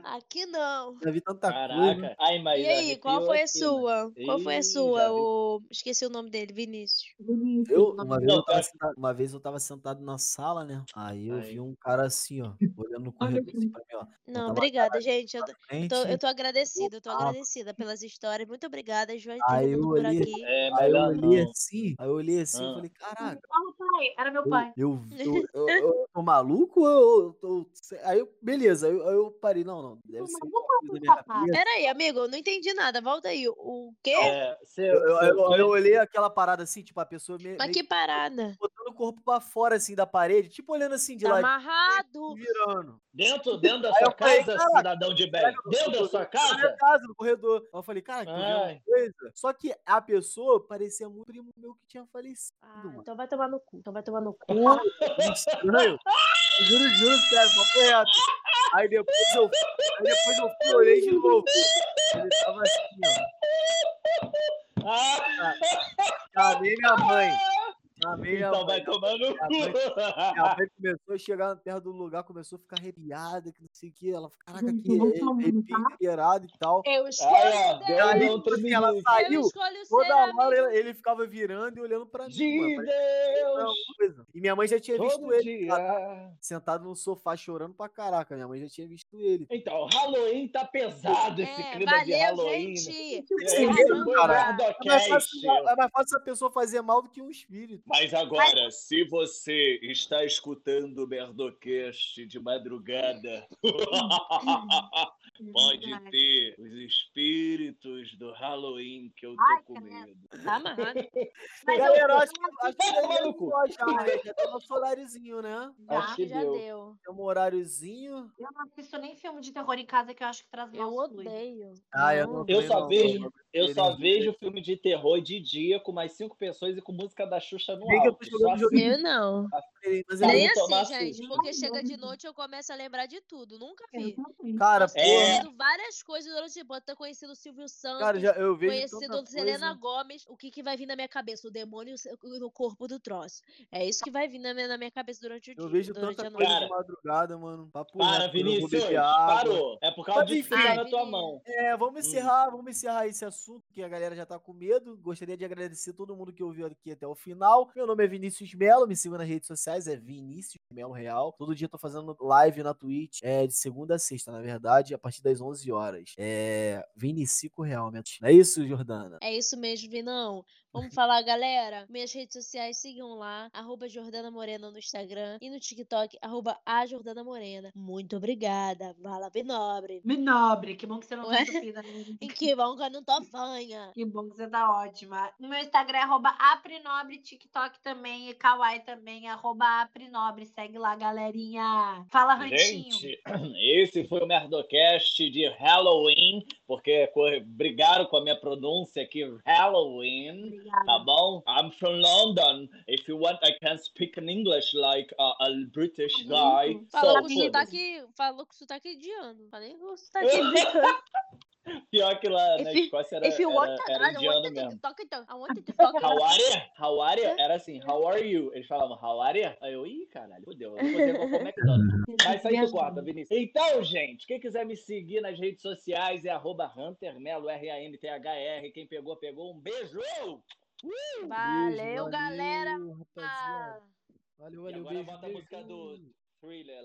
Speaker 2: Aqui não.
Speaker 4: Já vi tanta coisa.
Speaker 1: Caraca. Ai, mas
Speaker 2: E aí, qual
Speaker 1: arrepiou
Speaker 2: foi a
Speaker 1: aqui, né?
Speaker 2: sua? Qual foi
Speaker 1: Ih,
Speaker 2: a
Speaker 1: já
Speaker 2: sua?
Speaker 1: vi.
Speaker 2: O... Esqueci o nome dele, Vinícius.
Speaker 1: [laughs]
Speaker 4: Eu, uma, vez
Speaker 1: Não,
Speaker 4: eu tava
Speaker 1: cara.
Speaker 4: sentado, uma vez eu tava sentado na sala, né? Aí eu
Speaker 1: Aí.
Speaker 4: vi um cara assim, ó, olhando no corredor assim pra mim, ó.
Speaker 2: Não,
Speaker 4: tava
Speaker 2: obrigada, gente. Eu tô,
Speaker 4: frente. né,
Speaker 2: tô- eu tô agradecida, eu tô
Speaker 4: Ah.
Speaker 2: agradecida pelas histórias. Muito obrigada, João, todo
Speaker 4: Aí eu
Speaker 2: mundo por
Speaker 4: olhei-
Speaker 2: aqui.
Speaker 1: É,
Speaker 4: Aí eu
Speaker 1: melhor
Speaker 4: olhei
Speaker 1: não.
Speaker 4: assim, aí eu olhei assim
Speaker 1: Ah.
Speaker 4: e falei, caraca.
Speaker 3: Era meu pai, era meu
Speaker 4: Eu-
Speaker 3: pai.
Speaker 4: Eu,
Speaker 1: [laughs]
Speaker 4: eu, eu, eu tô maluco ou eu tô. Aí, eu- beleza, aí eu, aí eu parei, não, não. Deve
Speaker 3: Não,
Speaker 4: ser
Speaker 3: mas
Speaker 4: uma
Speaker 3: vamos
Speaker 4: coisa da
Speaker 3: voltar
Speaker 4: minha
Speaker 3: pra
Speaker 4: cabeça.
Speaker 2: Peraí, amigo, eu não entendi nada. Volta aí. O quê?
Speaker 1: É, você,
Speaker 4: Eu, eu,
Speaker 1: você
Speaker 4: eu-
Speaker 1: foi-
Speaker 4: eu olhei aquela parada assim, tipo, a pessoa me,
Speaker 2: Mas
Speaker 4: meio
Speaker 2: que
Speaker 4: que
Speaker 2: parada.
Speaker 4: botando o corpo pra fora, assim, da parede, tipo olhando assim de
Speaker 2: Tá
Speaker 4: lá,
Speaker 2: amarrado.
Speaker 4: virando.
Speaker 1: dentro, dentro da
Speaker 4: Aí eu
Speaker 1: sua
Speaker 4: falei,
Speaker 1: casa,
Speaker 4: caraca,
Speaker 1: cidadão de bem. Dentro da sua
Speaker 4: Na assim, minha
Speaker 1: casa?
Speaker 4: casa, no corredor. Aí eu falei, cara, que eu vi um uma
Speaker 1: Ai.
Speaker 4: coisa. Só que a pessoa parecia muito primo meu que tinha falecido,
Speaker 2: Ah,
Speaker 4: mano.
Speaker 2: então vai tomar no cu. Então vai tomar no
Speaker 3: É,
Speaker 2: cu.
Speaker 4: Muito estranho. Eu Juro, juro, sério, papo reto. Aí depois eu, aí depois eu fui, olhei de novo. Ele tava assim, ó.
Speaker 1: Ah,
Speaker 4: Chamei minha mãe. Chamei minha
Speaker 1: então
Speaker 4: mãe.
Speaker 1: vai tomar no
Speaker 4: minha
Speaker 1: cu. [laughs]
Speaker 4: Minha mãe começou a chegar na terra do lugar, começou a ficar arrepiada, que não sei o que. Ela, caraca, que
Speaker 3: Vamos
Speaker 4: é-
Speaker 3: todo
Speaker 4: é
Speaker 3: mundo, tá?
Speaker 4: empoderado e tal.
Speaker 1: É.
Speaker 2: Eu escolho
Speaker 1: Ai, ó,
Speaker 2: o
Speaker 1: deu
Speaker 4: Aí,
Speaker 1: um
Speaker 4: tipo
Speaker 1: outro
Speaker 4: assim, ela
Speaker 1: menino.
Speaker 2: Eu
Speaker 4: saiu,
Speaker 2: escolho o ser
Speaker 4: toda hora
Speaker 2: amigo.
Speaker 4: ele, ele ficava virando e olhando pra mim.
Speaker 1: De
Speaker 4: mano. Era
Speaker 1: Deus,
Speaker 4: uma coisa. E minha mãe já tinha visto
Speaker 1: todo
Speaker 4: ele
Speaker 1: dia.
Speaker 4: sentado no sofá chorando pra caraca. Minha mãe já tinha visto ele.
Speaker 1: Então, Halloween tá pesado esse
Speaker 2: É,
Speaker 1: clima de
Speaker 2: valeu,
Speaker 1: Halloween. né?
Speaker 2: gente.
Speaker 1: Esse
Speaker 3: né,
Speaker 4: Caramba,
Speaker 1: foi
Speaker 4: cara. É mais,
Speaker 1: Nerdocast.
Speaker 4: fácil, é mais fácil a pessoa fazer mal do que um espírito.
Speaker 1: Mas agora, se você está escutando o Merdocast de
Speaker 2: [laughs]
Speaker 1: madrugada, pode ter os espíritos do Halloween que eu tô
Speaker 3: Ai,
Speaker 1: com
Speaker 3: credo.
Speaker 1: medo.
Speaker 2: Tá amarrado.
Speaker 1: É
Speaker 3: Mas eu-
Speaker 4: Galera, acho que acho que
Speaker 1: Vai tomar no cu.
Speaker 4: já, já, já tá nosso horáriozinho, né?
Speaker 3: Já,
Speaker 1: Acho que
Speaker 2: já
Speaker 1: deu.
Speaker 2: deu.
Speaker 4: Tem um horáriozinho.
Speaker 3: eu não assisto nem filme de terror em casa que eu acho que traz
Speaker 2: Eu
Speaker 3: maus fluidos.
Speaker 2: odeio.
Speaker 4: Ah, eu
Speaker 2: Não.
Speaker 4: não
Speaker 1: Eu
Speaker 4: tenho,
Speaker 1: só
Speaker 4: não.
Speaker 1: vejo- Eu só
Speaker 4: Beleza.
Speaker 1: vejo filme de terror de dia com mais cinco pessoas e com música da Xuxa no
Speaker 4: Bem que eu tô
Speaker 1: alto.
Speaker 4: jogando
Speaker 1: Só
Speaker 4: joguinho
Speaker 1: assim.
Speaker 2: Eu não.
Speaker 4: Mas
Speaker 1: Tá,
Speaker 2: Nem
Speaker 1: vou tomar
Speaker 2: assim, gente,
Speaker 1: susto.
Speaker 2: porque chega de noite eu começo a lembrar de tudo. Nunca vi.
Speaker 3: Exatamente.
Speaker 4: Cara,
Speaker 2: Nossa,
Speaker 1: É.
Speaker 2: eu
Speaker 4: porra,
Speaker 2: conhecido várias coisas durante o ter conhecido o Silvio Santos,
Speaker 4: cara, já, eu vejo tanta
Speaker 2: conhecido
Speaker 4: coisa.
Speaker 2: Selena Gomes. O que, que vai vir na minha cabeça? O demônio no corpo do troço. É isso que vai vir na minha, na minha cabeça durante o dia.
Speaker 4: Eu vejo
Speaker 2: durante
Speaker 4: tanta
Speaker 2: a
Speaker 4: coisa
Speaker 2: noite.
Speaker 1: Cara.
Speaker 4: de madrugada, mano. Papo
Speaker 1: Para,
Speaker 4: reto, eu não vou
Speaker 1: Vinícius,
Speaker 4: beber água.
Speaker 1: parou. É por causa
Speaker 4: Mas
Speaker 1: disso que
Speaker 4: enfim.
Speaker 1: tá
Speaker 2: Ai,
Speaker 1: na tua
Speaker 2: Vinícius.
Speaker 1: mão.
Speaker 4: É, vamos
Speaker 1: Hum.
Speaker 4: encerrar, vamos encerrar esse assunto, que a galera já tá com medo. Gostaria de agradecer todo mundo que ouviu aqui até o final. Meu nome é Vinícius Melo, me siga nas redes sociais, é Vinícius Melo Real. Todo dia eu tô fazendo live na Twitch, é de segunda a sexta, na verdade, a partir das 11 horas. É Vinicico Real, minha tia. Não é isso, Jordana?
Speaker 2: É isso mesmo, Vinão. Vamos falar, galera. Minhas redes sociais sigam lá, arroba Jordana Morena no Instagram e no TikTok, arroba a Jordana Morena. Muito obrigada. Vala Binobre.
Speaker 3: Me nobre, que bom que você não
Speaker 2: Ué?
Speaker 3: tá sofrida. né? [laughs]
Speaker 2: E que bom que eu não tô fanha.
Speaker 3: Que bom que você tá ótima. No meu Instagram é arroba aprinobre, TikTok também e kawaii também, arroba aprinobre. Segue lá, galerinha. Fala, Rantinho.
Speaker 1: Gente, [clears throat] esse foi o Merdocast de Halloween, porque co- brigaram com a minha pronúncia aqui, Halloween,
Speaker 3: Obrigada.
Speaker 1: tá bom? I'm from London. If you want, I can speak in English like a, a British
Speaker 3: Tá
Speaker 1: guy.
Speaker 3: então.
Speaker 2: Falou
Speaker 1: So,
Speaker 2: com
Speaker 1: foda-se.
Speaker 2: sotaque. Falou com sotaque indiano. Falei com sotaque indiano.
Speaker 1: Pior que lá na
Speaker 2: If you-
Speaker 1: Escócia era,
Speaker 2: If you want
Speaker 1: era,
Speaker 2: to,
Speaker 1: era
Speaker 2: I want
Speaker 1: indiano
Speaker 2: to
Speaker 1: mesmo.
Speaker 2: talk to, I [laughs] want to talk
Speaker 1: How
Speaker 2: to.
Speaker 1: are you? How are you? Era assim, how are you? Eles falavam, how are you? Aí eu, ih, caralho, fodeu. Eu não vou dizer como é que não. Mas sai do quarto, Vinícius. Então, gente, quem quiser me seguir nas redes sociais é arroba huntermelo, R-A-N-T-H-R. Quem pegou, pegou. Um beijo!
Speaker 2: Valeu, galera.
Speaker 4: rapaziada. Valeu,
Speaker 1: E
Speaker 4: valeu,
Speaker 1: agora
Speaker 4: beijo,
Speaker 1: bota a
Speaker 4: beijo.
Speaker 1: música do Thriller